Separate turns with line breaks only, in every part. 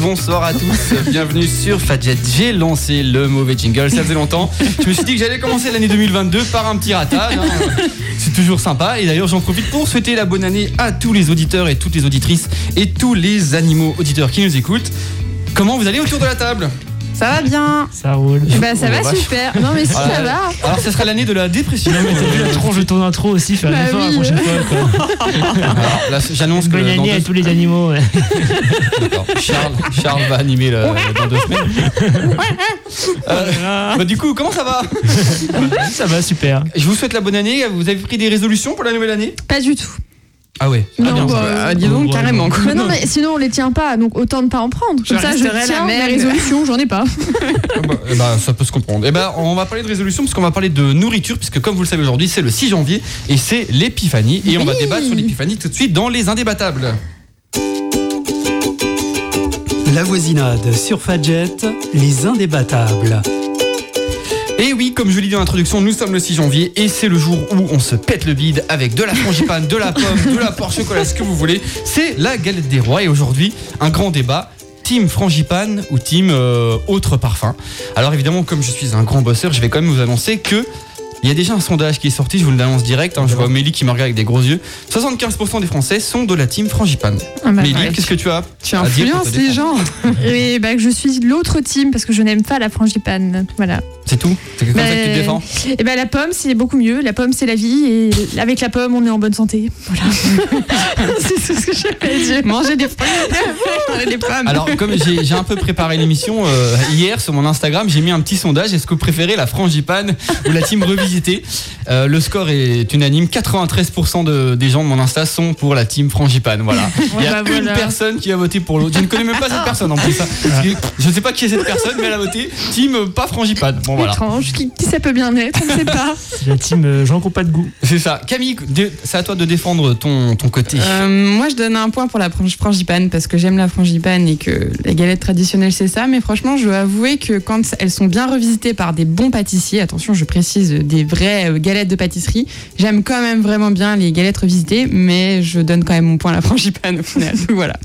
Bonsoir à tous, bienvenue sur Fadjet. J'ai lancé le mauvais jingle, ça faisait longtemps. Je me suis dit que j'allais commencer l'année 2022 par un petit ratage. hein. C'est toujours sympa. Et d'ailleurs, j'en profite pour souhaiter la bonne année à tous les auditeurs et toutes les auditrices et tous les animaux auditeurs qui nous écoutent. Comment vous allez autour de la table
Ça va bien
Ça roule.
Bah ça
Oh,
va
la vache.
super Non mais si
Ah,
ça va
Alors, ce sera l'année de la dépression.
Non, mais t'as vu la tronche de ton intro aussi, fais un
Bah
effort
oui.
la prochaine fois. quoi. Euh,
Alors, là, J'annonce que
Bonne
dans
année à
deux
tous les animaux. ouais.
D'accord. Charles, Charles va animer le, dans deux semaines. Euh, bah, du coup, comment ça va
Ça va, super.
Je vous souhaite la bonne année. Vous avez pris des résolutions pour la nouvelle année
Pas du tout
Ah euh, ouais.
Non, bah,
Ah, dis donc,
Ouais,
carrément. Quoi.
Bah non mais sinon on les tient pas donc autant ne pas en prendre
Je
Comme ça je
resterai la
tiens mes
merde.
résolutions j'en ai pas
euh, ça peut se comprendre. Et ben, on va parler de résolutions parce qu'on va parler de nourriture puisque comme vous le savez aujourd'hui, c'est le 6 janvier et c'est l'épiphanie et on va
Oui.
débattre sur l'épiphanie tout de suite dans les indébattables.
La voisinade sur Fadjet, les indébattables.
Et Eh oui, comme je l'ai dit dans l'introduction, nous sommes le 6 janvier et c'est le jour où on se pète le bide avec de la frangipane, de la pomme, de la poire chocolat, ce que vous voulez. C'est la galette des rois et aujourd'hui, un grand débat. Team frangipane ou team euh, autre parfum. Alors évidemment, comme je suis un grand bosseur, je vais quand même vous annoncer que il y a déjà un sondage qui est sorti, je vous l'annonce direct, hein, je vois Mélie qui me regarde avec des gros yeux. 75% des Français sont de la team frangipane. Mélie, qu'est-ce que tu as
Ah bah Tu
à dire pour te
influences les gens.
Et bah je suis de l'autre team parce que je n'aime pas la frangipane Voilà
C'est tout C'est comme ça que tu
Bah,
te défends
Et bah la pomme c'est beaucoup mieux La pomme c'est la vie et avec la pomme on est en bonne santé Voilà C'est tout ce que j'avais à dire
Manger des fruits. Manger des pommes.
Alors, comme j'ai j'ai un peu préparé l'émission, euh, hier sur mon Instagram, j'ai mis un petit sondage. Est-ce que vous préférez la frangipane ou la team revisitée Euh, Le score est unanime. 93% de- des gens de mon Insta sont pour la team frangipane. Voilà. Il y a
bah
une
voilà.
personne qui a voté pour l'autre. Je ne connais même pas cette personne en plus. ça. Parce que Je ne sais pas qui est cette personne, mais elle a voté team euh, pas frangipane. Bon, voilà.
Étrange qui, qui ça peut bien être on ne sait pas
C'est la team euh, Jean qui ont pas de goût.
C'est ça. Camille, dé- c'est à toi de défendre ton, ton côté.
Euh, moi, je donne un point pour la frange- frangipane parce que j'aime la frangipane et que les galettes traditionnelles, c'est ça. Mais franchement, je dois avouer que quand elles sont bien revisitées par des bons pâtissiers, attention, je précise euh, des vraies euh, galettes de pâtisserie, j'aime quand même vraiment bien les galettes revisitées, mais je donne quand même mon point à la frangipane au final. Donc voilà.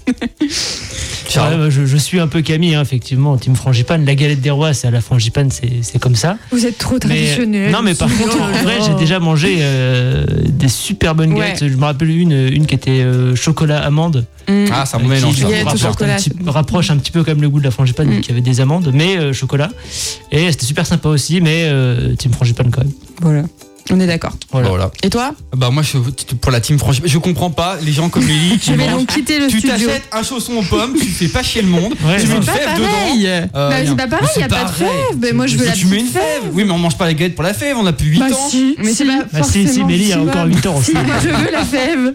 Charles.
Ah, Ouais, moi, je, je suis un peu Camille, hein, effectivement. Team Frangipane, la galette des rois, c'est à la Frangipane, c'est c'est comme ça.
Vous êtes trop
Mais-
traditionnel
non, mais par contre, en vrai, j'ai déjà mangé euh, des super bonnes
Ouais.
galettes. Je me rappelle une, une qui était euh, chocolat amande.
Mm.
Ah, ça
Euh,
me
qui
mélange.
se
Galette au
rapproche un
chocolat,
petit-
c'est bon.
rapproche un petit peu comme le goût de la frangipane,
Mm.
qui avait des amandes, mais euh, chocolat. Et c'était super sympa aussi, mais euh, team frangipane quand même.
Voilà. On est d'accord.
Voilà.
Voilà.
Et toi
Bah, moi, je suis pour la team frangipane. Je comprends pas les gens comme Lily qui
Je vais
mangent
donc quitter le
Tu
studio
t'achètes un chausson aux pommes, tu fais pas chier le monde,
Ouais,
tu mets
c'est
une
pas
fève dedans. Euh,
Bah,
rien.
c'est pas pareil, y a
Mais c'est
pas de
pareil.
fève. Ben, moi, je veux
Mais
la
tu mets
petite Bah
une fève. Oui, mais on mange pas la galette pour la fève, on a plus 8 ans.
si,
Mais c'est pas
Bah, si, si,
forcément,
mais il y a
tu
encore
vois.
8 ans.
Si,
c'est-
moi je veux la fève.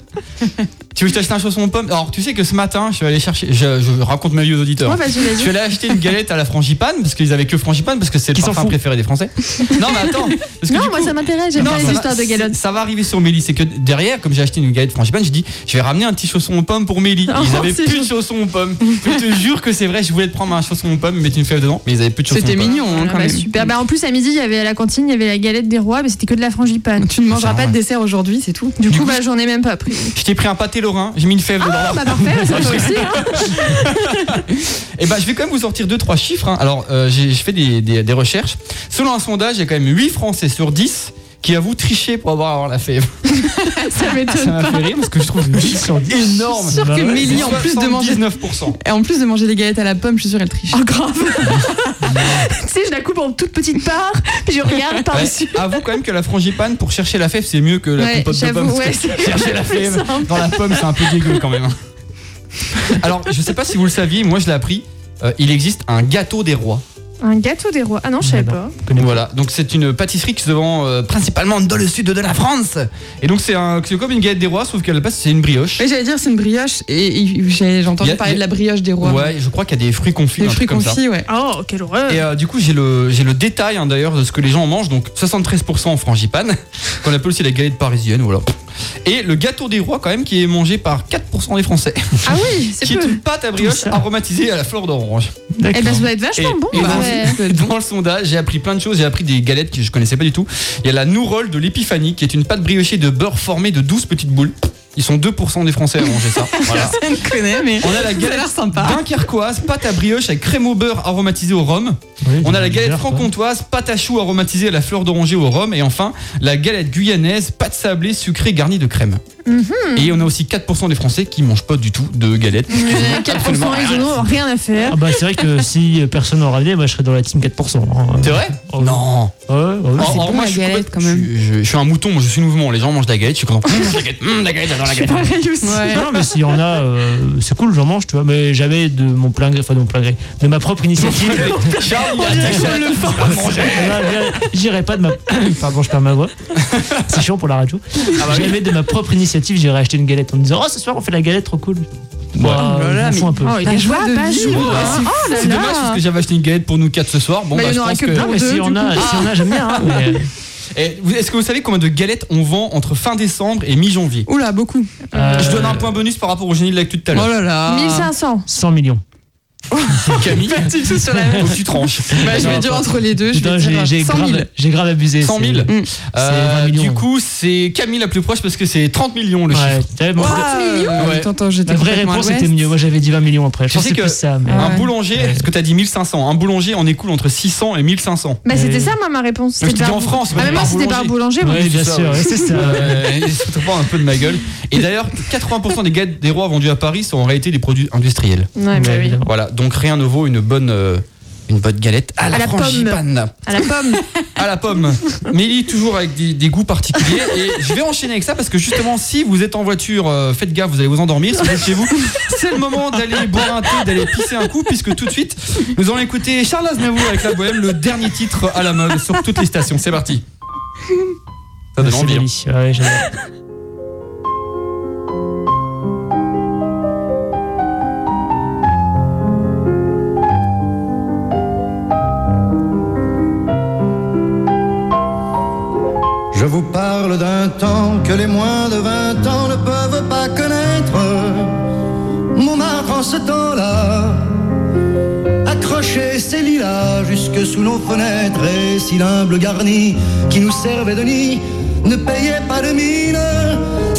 Tu veux que je t'achète un chausson aux pommes Alors, tu sais que ce matin, je suis allé chercher. Je, je raconte ma vie aux auditeurs.
Moi, vas-y,
Je
vas-y.
suis allé acheter une galette à la frangipane parce qu'ils avaient que frangipane parce que c'est le
Qui s'en
parfum
fout.
préféré des Français. Non, mais attends. Parce que
Non,
du
moi
coup-
ça m'intéresse, Ah, j'aime
Non,
pas
ça
les
va-
histoires de galottes.
c'est- Ça va arriver sur Mélie. C'est que derrière, comme j'ai acheté une galette frangipane, j'ai dit je vais ramener un petit chausson aux pommes pour Mélie.
Oh,
Ils avaient
c'est
plus de
gentil.
chausson aux pommes. Je te jure que c'est vrai, je voulais te prendre un chausson aux pommes, mettre une fève dedans, mais ils avaient plus de chausson aux pommes.
C'était mignon hein,
Ah,
quand
bah,
même.
super. Bah, en plus, à midi, il y avait à la cantine, il y avait la galette des rois, mais c'était que de la frangipane.
Tu ne mangeras
Ça,
pas
ouais.
de dessert aujourd'hui, c'est tout.
Du coup, bah, j'en ai même pas pris.
Je t'ai pris un pâté lorrain, j'ai mis une fève dedans.
Ah, bah parfait, ça va aussi. hein.
Et bah, je vais quand même vous sortir deux trois chiffres. hein. Alors, euh, j'ai je fais des, des- des recherches. Selon un sondage, il y a quand même 8 Français sur 10 qui avouent tricher pour avoir, avoir la fève.
Ça
Ah, Ça
m'étonne
m'a fait
pas.
rire parce que je trouve
10 sur 10.
énorme.
Sûr que
Bah ouais.
Mélie, en plus de manger
19%.
Et en plus de manger des galettes à la pomme, je suis sûre elle triche.
Oh, grave. tu sais, je la coupe en toute petite part, puis je regarde par-dessus.
Ouais, avoue quand même que la frangipane pour chercher la fève, c'est mieux que la
Ouais,
compote de pomme.
j'avoue, ouais, c'est
chercher la
plus
fève
simple.
dans la pomme, c'est un peu dégueu quand même. hein. Alors, je sais pas si vous le saviez, moi je l'ai appris. euh, il existe un gâteau des rois.
Un gâteau des rois. Ah non, je savais pas.
Voilà, donc c'est une pâtisserie qui se vend euh, principalement dans le sud de la France. Et donc c'est un- c'est comme une galette des rois, sauf qu'à la base c'est une brioche.
Mais j'allais dire, c'est une brioche, et et j'ai j'ai
Y a-
entendu parler
y a-
de la brioche des rois.
Ouais, je crois qu'il y a des fruits confits,
Les
un
fruits
truc comme ça.
confits, ouais.
Oh, quelle horreur.
Et euh, du coup, j'ai le, j'ai le détail hein, d'ailleurs de ce que les gens en mangent. Donc 73% en frangipane, qu'on appelle aussi la galette parisienne, voilà. Et le gâteau des rois, quand même, qui est mangé par 4% des Français.
Ah oui, c'est
qui est
peu.
une pâte à brioche
ça.
aromatisée à la fleur d'orange.
Eh
D'accord.
ben, ça doit être vachement bon. ouais.
et dans- Dans le sondage, j'ai appris plein de choses. J'ai appris des galettes que je connaissais pas du tout. Il y a la nourolle de l'épiphanie, qui est une pâte briochée de beurre formée de 12 petites boules. Ils sont 2% des Français à manger ça. Voilà.
Personne ne connaît, mais
On a la
ça a
galette
l'air sympa.
dunkerquoise, pâte à brioche avec crème au beurre aromatisée au rhum. On a la galette franc-comtoise, pâte à choux aromatisée à la fleur d'oranger au rhum. Et enfin, la galette guyanaise, pâte sablée sucrée garnie de crème.
Mhm.
Hmm.
Et on a aussi 4% des Français qui mangent pas du tout de galette.
Euh, 4% ils en ont rien à faire.
Ah bah c'est vrai que si euh, personne n'en ramenait, moi je serais dans la team 4%. hein.
C'est vrai
Oh,
Non.
Ouais, bah oui.
Or- or,
Ah, bon, la
je suis
galette,
complète-
quand même.
Je, je- je suis un mouton, moi, je suis mouvement. Les gens mangent de la galette, je suis content. Mmh, la galette, mmh, la galette, j'adore la galette.
Pareil aussi.
Ouais.
Non mais s'il y en a, euh, c'est cool, j'en mange, tu vois, mais jamais de mon plein gré, enfin de mon plein gré, de ma propre initiative.
Charles, il attaque sur Oh, le fort.
Non, j'irai- J'irai pas de ma. Pardon, je perds ma voix. C'est chiant pour la radio.
Ah, bah
Jamais de ma propre initiative, j'irai acheter une galette en me disant Oh, ce soir on fait la galette, trop cool. Bah,
Oh là là,
je m'en fous un peu.
Oh, il
Bah,
La
est
joie
joie
de
pas
vivre.
Ah,
joie.
Ouais, c'est-
Oh là
C'est dommage parce
là.
que j'avais acheté une galette pour nous quatre ce soir. Bon,
Mais
bah,
il y
je
en aura
pense
que
que.
plein.
Non, mais si
Deux,
on
du
a,
coup.
si on a, j'aime bien. hein, mais,
Eh, vous- Est-ce que vous savez combien de galettes on vend entre fin décembre et mi-janvier
Oula, beaucoup.
euh,
Je donne un point bonus par rapport au génie de l'actu de tout à
Oh là
l'heure.
là.
1500.
100 millions.
Camille,
Pas du tout sur la même.
faut que tu tranches.
Bah, je vais dire entre les deux, je
Putain,
vais
j'ai
dire
j'ai
100 000.
grave, j'ai grave abusé.
100 000
c'est-
Mm.
Euh,
20 millions.
Du coup, c'est Camille la plus proche parce que c'est 30 millions le
Ouais,
chiffre.
t'avais mon-
millions
Attends, attends, j'étais
La vraie
complètement à
réponse
l'ouest.
était mieux. Moi j'avais dit 20 millions après. Je
Tu
pensais
sais que-
plus ça. Mais...
Un
Ouais.
boulanger,
Ouais.
est-ce que t'as dit 1500 Un boulanger en écoule entre 600 et 1500.
Bah,
Euh,
c'était ça, moi, ma réponse.
Mais je
C'était
t'ai
par-
dit en France,
Ah, mais moi, c'était par boulanger. moi.
Ouais, bien
c'est ça,
sûr,
ouais.
ouais, c'est ça.
Euh, il se fout pas un peu de ma gueule. Et d'ailleurs, 80% des galettes des rois vendues à Paris sont en réalité des produits industriels.
Ouais, bah
Ouais,
oui.
évidemment.
Voilà, donc rien ne vaut une bonne, euh, une bonne galette à la,
À la pomme.
frangipane.
À la pomme.
à la pomme. Mélie, toujours avec des, des goûts particuliers. Et je vais enchaîner avec ça parce que justement, si vous êtes en voiture, euh, faites gaffe, vous allez vous endormir. Si vous êtes chez vous, c'est le moment d'aller boire un thé, d'aller pisser un coup, puisque tout de suite, nous allons écouter Charles Aznavour avec la bohème, le dernier titre à la mode sur toutes les stations. C'est parti. Ça donne
Merci,
envie. hein.
Mélanie. Ouais, j'aime bien.
Je vous parle d'un temps que les moins de 20 ans ne peuvent pas connaître. Mon mari en ce temps-là accrochait ses lilas jusque sous nos fenêtres et si l'humble garni qui nous servait de nid ne payait pas de mine.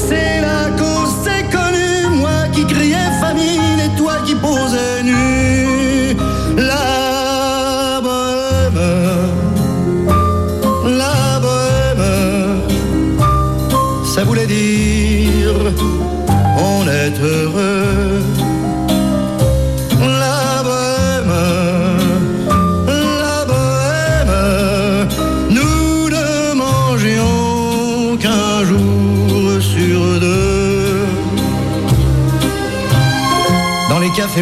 C'est là qu'on s'est connu, moi qui criais famine et toi qui posais nu. La bohème la bohème, ça voulait dire on est heureux. La bohème, la bohème, nous ne mangeons qu'un jour sur deux. Dans les cafés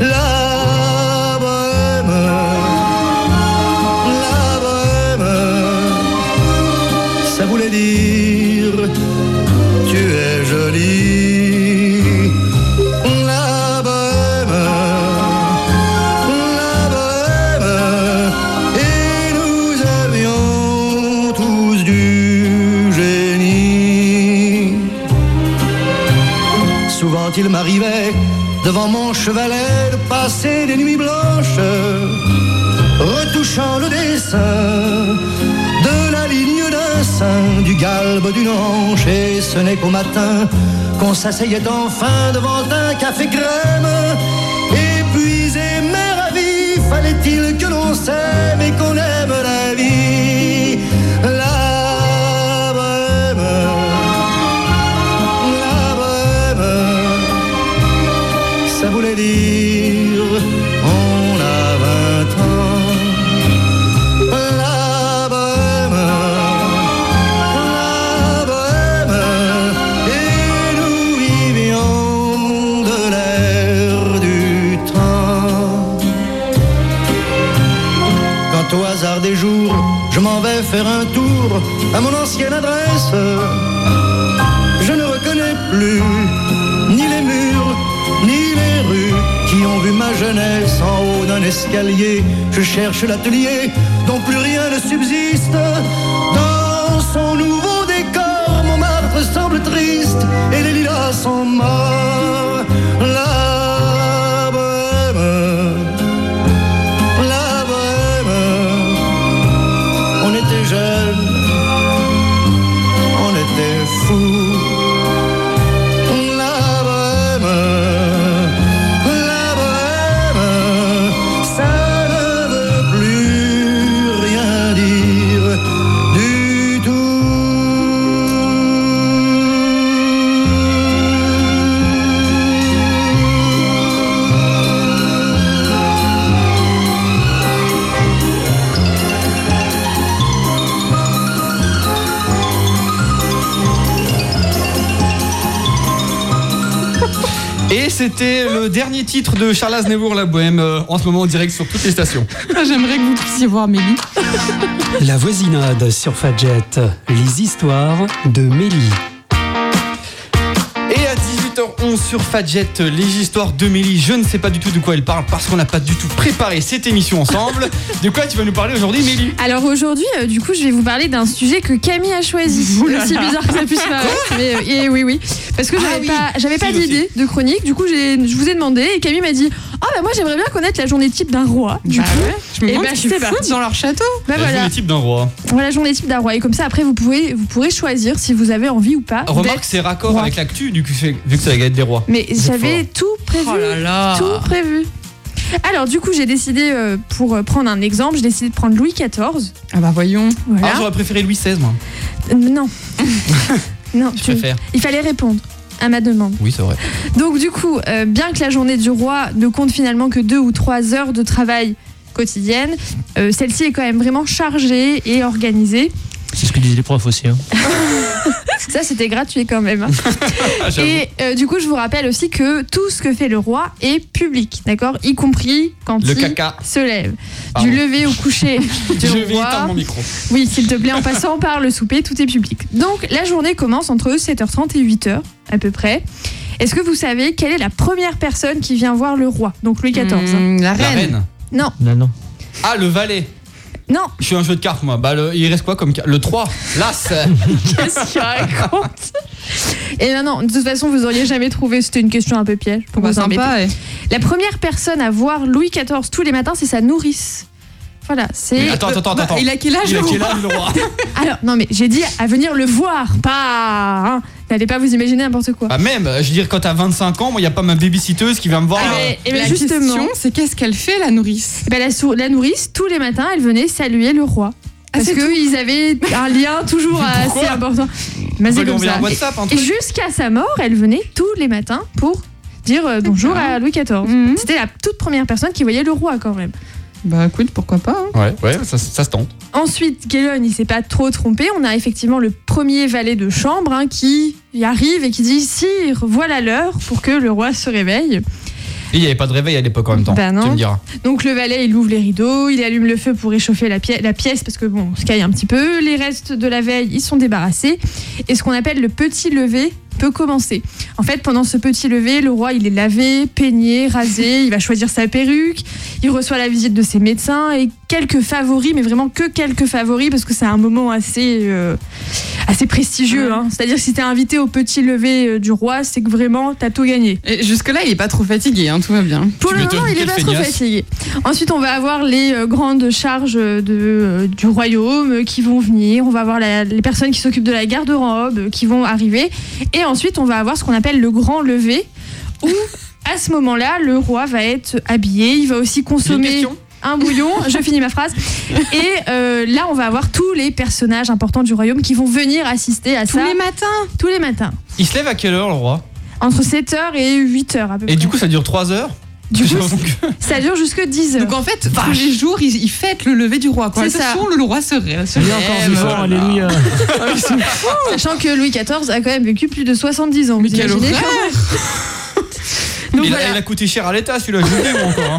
La bohème. La bohème, ça voulait dire tu es jolie. La bohème, la bohème, et nous avions tous du génie. Souvent il m'arrivait devant mon chevalet de passer des nuits blanches retouchant le dessin de la ligne d'un sein, du galbe d'une hanche. Et ce n'est qu'au matin qu'on s'asseyait enfin devant un café crème. Épuisé, mais ravi, fallait-il que l'on s'aime et qu'on aime la vie. La bohème, la bohème, ça voulait dire on a vingt ans. La bohème, la bohème, et nous vivions de l'air du temps. Quant au hasard des jours, je m'en vais faire un tour à mon ancienne adresse. Je ne reconnais plus ni les murs, ni les rues qui ont vu revue ma jeunesse en haut d'un escalier. Je cherche l'atelier dont plus rien ne subsiste. Dans son nouveau décor, mon marbre semble triste et les lilas sont morts. La bohème, la bohème, on était jeunes, on était fous. La bohème, la bohème, ça ne veut plus rien dire du tout.
Et c'était le dernier titre de Charles Aznavour, la bohème, euh, en ce moment en direct sur toutes les stations.
J'aimerais que vous puissiez voir Mélie.
La voisinade sur Fadjet, les histoires de Mélie.
Et à 18h11 sur Fadjet, les histoires de Mélie, je ne sais pas du tout de quoi elle parle parce qu'on n'a pas du tout préparé cette émission ensemble. De quoi tu vas nous parler aujourd'hui, Mélie
Alors aujourd'hui, euh, du coup, je vais vous parler d'un sujet que Camille a choisi. Aussi bizarre que ça puisse paraître, mais euh, et oui, oui. Parce que j'avais
Ah
pas, j'avais pas
Si, aussi.
d'idée de chronique. Du coup, j'ai- je vous ai demandé et Camille m'a dit Ah, bah moi, j'aimerais bien connaître la journée type d'un roi. Du coup,
Je me
Eh
demande
ben,
ce qu'ils
c'est parti.
foutent Bah dans leur château.
bah
La
voilà,
journée type d'un roi.
voilà la journée type d'un roi. Et comme ça, après, vous pourrez, vous pourrez choisir si Ah, vous avez envie ou pas.
Remarque,
d'être
c'est raccord
roi.
avec l'actu, du coup, c'est- vu que c'est la galette des rois.
Mais
C'est
j'avais tout prévu.
Oh là là.
Tout prévu. Alors du coup j'ai décidé euh, pour euh, prendre un exemple j'ai décidé de prendre Louis XIV
Ah bah voyons.
voilà
Ah, j'aurais préféré Louis XVI, moi.
Euh, non non
Je
tu-
préfère.
il fallait répondre à ma demande
Oui, c'est vrai.
donc du coup euh, bien que la journée du roi ne compte finalement que deux ou trois heures de travail quotidienne euh, celle-ci est quand même vraiment chargée et organisée
C'est ce que disent les profs aussi. hein.
ça c'était gratuit quand même hein.
Ah, j'avoue.
et euh, du coup je vous rappelle aussi que tout ce que fait le roi est public d'accord y compris quand
Le
il
caca.
se lève
Pardon.
du lever au coucher du
Je vais
roi.
éteindre mon micro.
Oui, s'il te plaît, en passant par le souper, tout est public. Donc, la journée commence entre 7h30 et 8h, à peu près. Est-ce que vous savez quelle est la première personne qui vient voir le roi Donc, Louis XIV. hein.
Hmm, la,
La
reine.
reine.
Non,
Non, non.
Ah, le valet.
non,
Je suis un jeu de cartes, moi. Bah, le- il reste quoi comme carte Le 3. L'as.
qu'est-ce qu'il raconte Et non, non, de toute façon, vous auriez jamais trouvé, c'était une question un peu piège. Pour
Bah,
vous embêter.
sympa. ouais.
La première personne à voir Louis XIV tous les matins, c'est sa nourrice. Voilà, c'est.
Attends, attends, attends,
Bah,
attends.
il a quel âge
Il a
le
quel
roi
âge, le roi
Alors, non, mais j'ai dit à venir le voir, pas. hein. N'allez pas vous imaginer n'importe quoi.
Bah même, je veux dire, quand t'as 25 ans, moi, il n'y a pas ma babysitteuse qui vient me voir.
Ah, mais- eh ben,
La
justement.
question, c'est qu'est-ce qu'elle fait la nourrice
Eh ben, la, sou- la nourrice, tous les matins, elle venait saluer le roi.
Ah,
Parce
c'est
qu'ils avaient un lien toujours assez
Pourquoi
important. Mais
Faut
c'est
lui
comme
envoyer
ça.
un WhatsApp, un
Et
truc.
jusqu'à sa mort, elle venait tous les matins pour dire euh, bonjour à Louis XIV.
Mhm.
C'était la toute première personne qui voyait le roi quand même.
Bah écoute, pourquoi pas. hein.
Ouais, ouais, ça, ça se tente.
Ensuite, Gellon, il s'est pas trop trompé. On a effectivement le premier valet de chambre hein, qui y arrive et qui dit Sire, voilà l'heure pour que le roi se réveille.
Et il n'y avait pas de réveil à l'époque en même temps.
Bah non.
Tu me diras.
Donc le valet, il ouvre les rideaux, il allume le feu pour réchauffer la, pie- la pièce parce que bon, on se caille un petit peu. Les restes de la veille, ils sont débarrassés. Et ce qu'on appelle le petit lever peut commencer. En fait, pendant ce petit lever, le roi, il est lavé, peigné, rasé, il va choisir sa perruque, il reçoit la visite de ses médecins et quelques favoris, mais vraiment que quelques favoris parce que c'est un moment assez, euh, assez prestigieux. hein. C'est-à-dire que si t'es invité au petit lever euh, du roi, c'est que vraiment, t'as tout gagné.
Et jusque-là, il est pas trop fatigué, hein, tout va bien.
Pour
Tu
le moment,
m'étonnes,
il est
quel
pas trop
feignasse.
fatigué. Ensuite, on va avoir les euh, grandes charges de, euh, du royaume euh, qui vont venir. On va avoir la- les personnes qui s'occupent de la garde-robe euh, qui vont arriver. Et ensuite, on va avoir ce qu'on appelle le grand lever, où à ce moment-là, le roi va être habillé. Il va aussi consommer un bouillon. Je finis ma phrase. Et euh, là, on va avoir tous les personnages importants du royaume qui vont venir assister à
Tous
ça
les matins.
tous les matins.
Il se lève à quelle heure, le roi
Entre 7h et 8h à peu
Eh
près.
Et du coup, ça dure 3 heures
Du coup,
J'avoue que-
ça dure jusque 10h.
Donc en fait, tous les jours, ils, ils fêtent le lever du roi. Quoi.
C'est ça.
Attention, le roi se ré- se Ah
Bien
lève.
encore ce soir, alléluia.
Sachant que Louis XIV a quand même vécu plus de 70 ans.
Mais
vous
quel
imaginez
horreur
Donc
il, a-
voilà.
il a coûté cher à l'État, celui-là, je vous le dis, moi, encore. hein.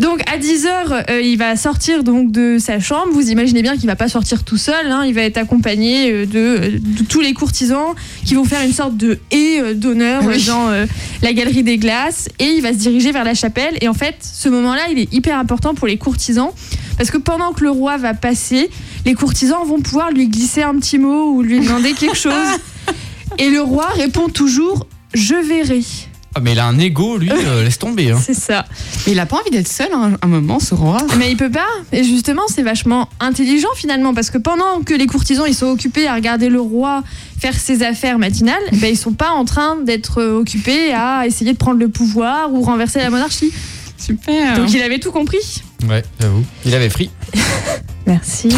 Donc à 10h, il va sortir donc de sa chambre. Vous imaginez bien qu'il va pas sortir tout seul. hein. Il va être accompagné euh, de, de tous les courtisans qui vont faire une sorte de et euh, d'honneur euh,
Oui.
dans euh, la galerie des glaces. Et il va se diriger vers la chapelle. Et en fait, ce moment-là, il est hyper important pour les courtisans parce que pendant que le roi va passer, les courtisans vont pouvoir lui glisser un petit mot ou lui demander quelque chose. Et le roi répond toujours Je verrai.
Ah, mais il a un ego, lui, euh, laisse tomber. Hein.
C'est ça.
Mais il a pas envie d'être seul hein, un moment, ce roi.
Mais il peut pas. Et justement, c'est vachement intelligent finalement, parce que pendant que les courtisans ils sont occupés à regarder le roi faire ses affaires matinales, ben, ils sont pas en train d'être euh, occupés à essayer de prendre le pouvoir ou renverser la monarchie.
Super.
Donc il avait tout compris.
Ouais, j'avoue. Il avait pris.
Merci.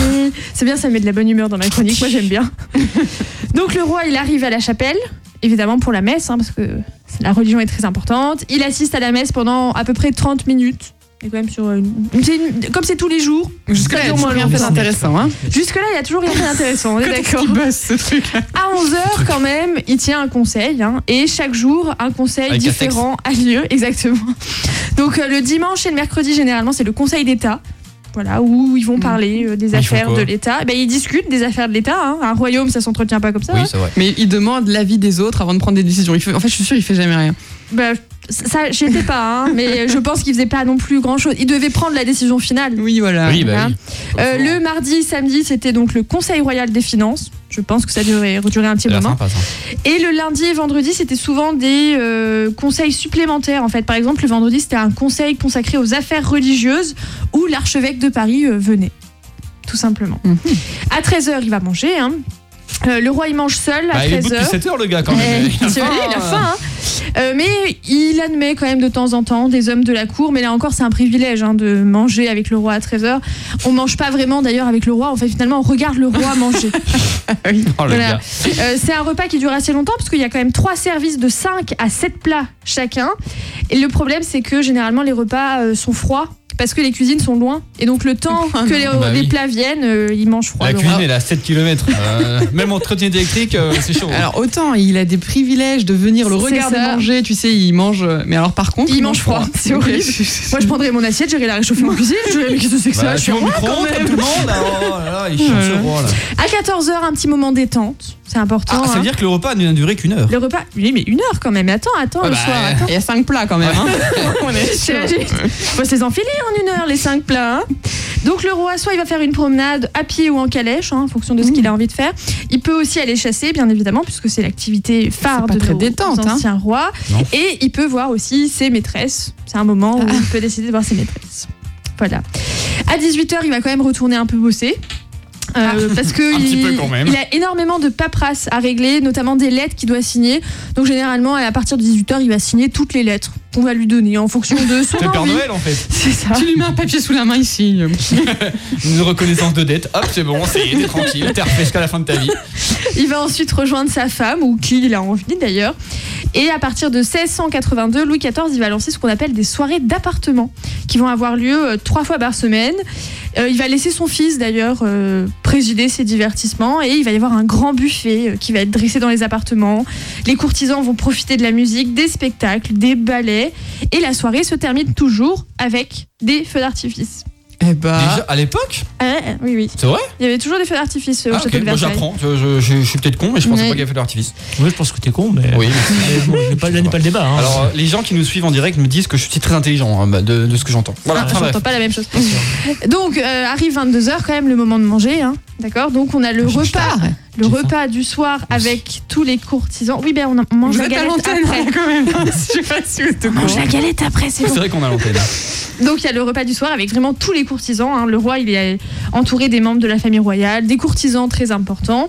C'est bien, ça met de la bonne humeur dans ma chronique. Moi, j'aime bien. Donc, le roi, il arrive à la chapelle, évidemment pour la messe, hein, parce que la religion est très importante. Il assiste à la messe pendant à peu près 30 minutes. Et quand même sur une- c'est une- comme c'est tous les jours.
Jusque-là, il y a
Au
toujours
moins,
rien
on
fait
s'en
d'intéressant. Hein.
Jusque-là, il y a toujours rien d'intéressant, on est d'accord.
bosse ce truc-là
À 11h, quand même, il tient un conseil. hein, et chaque jour, un conseil
Avec un texte.
différent a lieu. Exactement. Donc, euh, le dimanche et le mercredi, généralement, c'est le conseil d'État. Voilà, où ils vont
Mm.
parler euh,
Ah,
des
Ils font
affaires
quoi
de l'État. Eh Ben, ils discutent des affaires de l'État. hein. Un royaume, ça s'entretient pas comme ça. hein.
Oui, c'est vrai.
Mais il demande l'avis des autres avant de prendre des décisions. Il fait- En fait, je suis sûr, il fait jamais rien.
Ben, ça, j'y étais pas, hein, mais je pense qu'ils faisaient pas non plus grand chose. Ils devaient prendre la décision finale.
Oui, voilà.
Oui, bah oui.
Euh, le mardi, samedi, c'était donc le Conseil royal des finances. Je pense que ça durait, durait un petit
C'est la
moment.
sympa, ça.
Et le lundi et vendredi, c'était souvent des euh, conseils supplémentaires. En fait, par exemple, le vendredi, c'était un conseil consacré aux affaires religieuses où l'archevêque de Paris euh, venait, tout simplement.
Mhm.
À 13h, il va manger. hein. Euh, le roi, il mange seul à
Bah, il est
13h.
debout depuis 7 heures, le gars, quand
Eh,
même.
tu vois, il a faim, hein. Euh, mais il admet quand même de temps en temps des hommes de la cour. Mais là encore, c'est un privilège hein, de manger avec le roi à 13h. On mange pas vraiment d'ailleurs avec le roi. En fait, finalement, on regarde le roi manger.
Oh, le
Voilà.
gars.
Euh, c'est un repas qui dure assez longtemps parce qu'il y a quand même trois services de 5 à 7 plats chacun. Et le problème, c'est que généralement, les repas euh, sont froids parce que les cuisines sont loin. Et donc, le temps
Ah
que
non.
les,
Bah
les
oui.
plats viennent, euh, ils mangent froid.
La
le
cuisine,
roi.
elle est à 7 km. même en trottinette électrique, euh, c'est chaud.
Alors autant il a des privilèges de venir le
C'est
regarder
ça.
manger, tu sais, il mange. euh, Mais alors par contre,
Il mange froid. C'est horrible. Moi, je prendrais mon assiette, j'irai la réchauffer en cuisine. Je... Qu'est-ce que c'est que ça
Bah,
Je suis
tu vas au
roi,
micro-ondes,
quand même.
comme tout le monde. Ah, Oh là là, il cherche le roi, là.
À 14h, un petit moment détente. C'est important.
Ah, ça
hein.
veut dire que le repas n'a duré qu'une heure.
Le repas, oui, mais une heure quand même. Attends, attends,
Ah
le
bah,
soir, attends.
Il y a cinq plats quand même. hein. On est
C'est
sûr.
la juste. Faut se les enfiler en une heure, les cinq plats. hein. Donc le roi, soit il va faire une promenade à pied ou en calèche, hein, en fonction de ce qu'il a envie de faire. Il peut aussi aller chasser, bien évidemment, puisque c'est l'activité phare
C'est pas
de
très
nos
détente, hein.
anciens rois.
Non.
Et il peut voir aussi ses maîtresses. C'est un moment
Ah.
où il peut décider de voir ses maîtresses. Voilà. À 18h, il va quand même retourner un peu bosser. euh, parce que
Ah. Un petit
il,
peu quand même.
il a énormément de paperasse à régler, notamment des lettres qu'il doit signer. Donc généralement, à partir de 18h, il va signer toutes les lettres qu'on va lui donner en fonction de son
C'est le Père
envie.
Noël, en fait.
C'est ça.
Tu lui mets un papier sous la main ici.
Une reconnaissance de dette. Hop, c'est bon, c'est t'es tranquille. T'es refait jusqu'à la fin de ta vie.
Il va ensuite rejoindre sa femme, ou qui il a envie d'ailleurs. Et à partir de 1682, Louis XIV, il va lancer ce qu'on appelle des soirées d'appartement, qui vont avoir lieu euh, trois fois par semaine. Euh, il va laisser son fils d'ailleurs euh, présider ces divertissements, et il va y avoir un grand buffet euh, qui va être dressé dans les appartements. Les courtisans vont profiter de la musique, des spectacles, des ballets, et la soirée se termine toujours avec des feux d'artifice.
Eh bah.
Déjà, à l'époque,
Ah, oui, oui.
c'est vrai
Il y avait toujours des feux d'artifice euh, au
Ah, ok,
château de
moi
Versailles.
j'apprends. Je, je- je- je suis peut-être con, mais je pensais
Oui.
pas qu'il y avait fait l'artifice.
Oui, je pense que t'es con, mais.
Oui, mais-
mais bon, je n'ai pas, là n'est pas le débat. hein.
Alors, euh, les gens qui nous suivent en direct me disent que je suis très intelligent hein, bah, de, de ce que j'entends. Voilà,
Ah,
enfin, bref.
j'entends pas la même chose. Donc euh, arrive 22h quand même le moment de manger, hein, d'accord Donc on a le repas,
tard.
le
J'ai faim.
repas du soir avec tous les courtisans. Oui ben on, a- on mange
Vous
la
êtes à
galette
l'antenne hein,
après.
quand même. Je sais pas si vous êtes au
On mange
courant.
la galette après, c'est
C'est
bon.
vrai qu'on a l'antenne.
Donc il y a le repas du soir avec vraiment tous les courtisans. hein. Le roi il est entouré des membres de la famille royale, des courtisans très importants.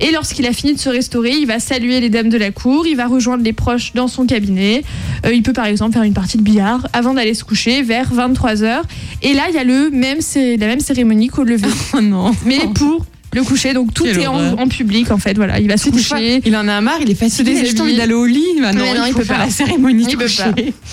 Et lorsqu'il a fini de se restaurer, il va saluer les dames de la cour, il va rejoindre les proches dans son cabinet. Euh, il peut par exemple faire une partie de billard avant d'aller se coucher vers 23h. Et là il y a le même, cé- la même cérémonie qu'au lever.
Oh non.
mais pour Le coucher, donc tout
Quelle
est en,
horreur.
en public en fait. Voilà, il va se
Tu vois,
coucher.
Il en a marre, il est fatigué,
Se
il a juste envie
déshabille.
d'aller au lit. Bah non,
Mais non,
il,
il
faut
peut
faire
pas.
la cérémonie
Il
du
peut
coucher.
pas.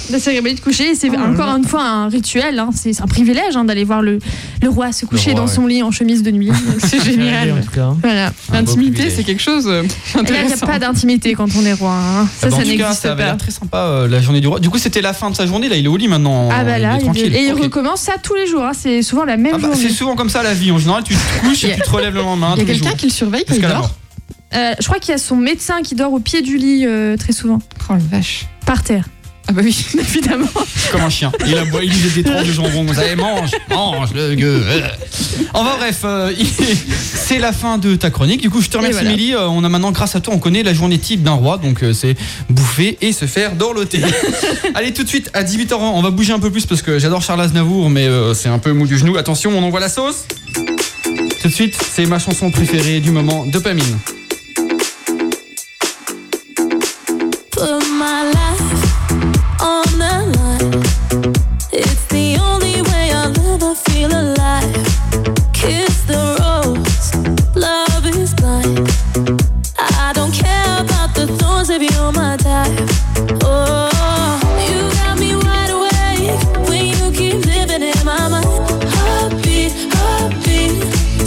La cérémonie de coucher, c'est
Oh là
encore
là.
une fois un rituel. hein. C'est c'est un privilège hein, d'aller voir le, le roi se coucher
roi,
dans
ouais.
son lit en chemise de nuit.
C'est
Allez, en
génial.
tout cas. hein.
voilà.
Un beau
L'intimité,
privilège.
c'est quelque chose
Et
euh,
là, Il n'y a
intéressant.
pas d'intimité quand on est roi. hein. Ça,
Ah bah, en
ça
tout cas,
n'existe
ça avait
pas.
l'air très sympa euh, la journée du roi. Du coup, c'était la fin de sa journée. Là, il est au lit maintenant.
Ah bah
il
là,
est
il est-
tranquille.
et il
Ok.
recommence ça tous les jours. hein. C'est souvent la même
Ah bah, c'est
journée.
souvent comme ça la vie. En général, tu te couches et tu te relèves le lendemain.
Il y a
tous les
quelqu'un
jours.
qui le surveille quand il
Jusqu'à la
dort
mort.
Euh, je crois qu'il y a son médecin qui dort au pied du lit euh, très souvent,
Oh la vache.
par terre.
Ah bah oui, évidemment.
Comme un chien. Il a boit, il jette des tranches de jambon. Vous savez, mange, mange le gueux. Enfin bref, euh, c'est la fin de ta chronique. Du coup, je te remercie,
Et voilà.
Mélie. Euh, on a maintenant, grâce à toi, on connaît la journée type d'un roi. Donc, euh, c'est bouffer et se faire dorloter. Allez, tout de suite, à 18h01, on va bouger un peu plus parce que j'adore Charles Aznavour, mais euh, c'est un peu mou du genou. Attention, on envoie la sauce. Tout de suite, c'est ma chanson préférée du moment, Dopamine.
Put my life on the line. It's the only way I'll ever feel alive. Kiss the rose, love is blind. I don't care about the thorns if you're my type. Oh, you got me wide awake when you keep living in my mind. Heartbeat, heartbeat,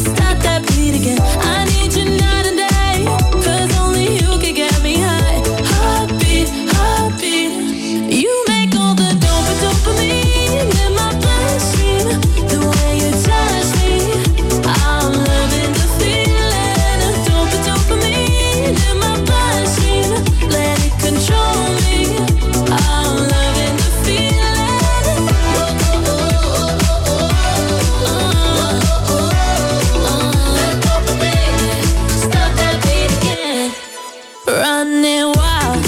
stop that beat again. I need you night and day, 'cause only you can get me high. Heartbeat, heartbeat, you make all the dopa dopamine in my bloodstream. The way you touch me, I'm loving the feeling of dopa dopamine in my bloodstream. Let it control me. I'm loving the feeling. Stop that beat again. Running wild,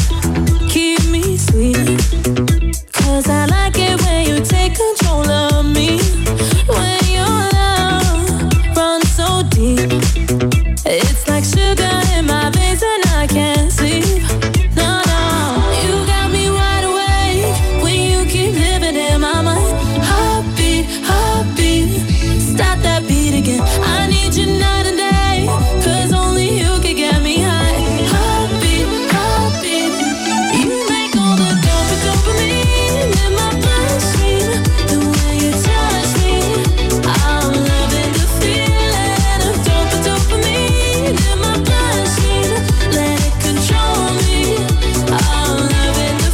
keep me sweet. Cause I like it when you take control of me. When your love runs so deep, it's like sugar in my veins and I can't sleep. No, no, you got me wide awake when you keep living in my mind. Heartbeat, heartbeat, stop that beat again. I need you night and day, cause only you can get me high. Heartbeat, heartbeat, you make all the dopa dopamine in my bloodstream. The way you touch me, I'm loving the feeling of dopa dopamine in my bloodstream. Let it control me, I'm loving the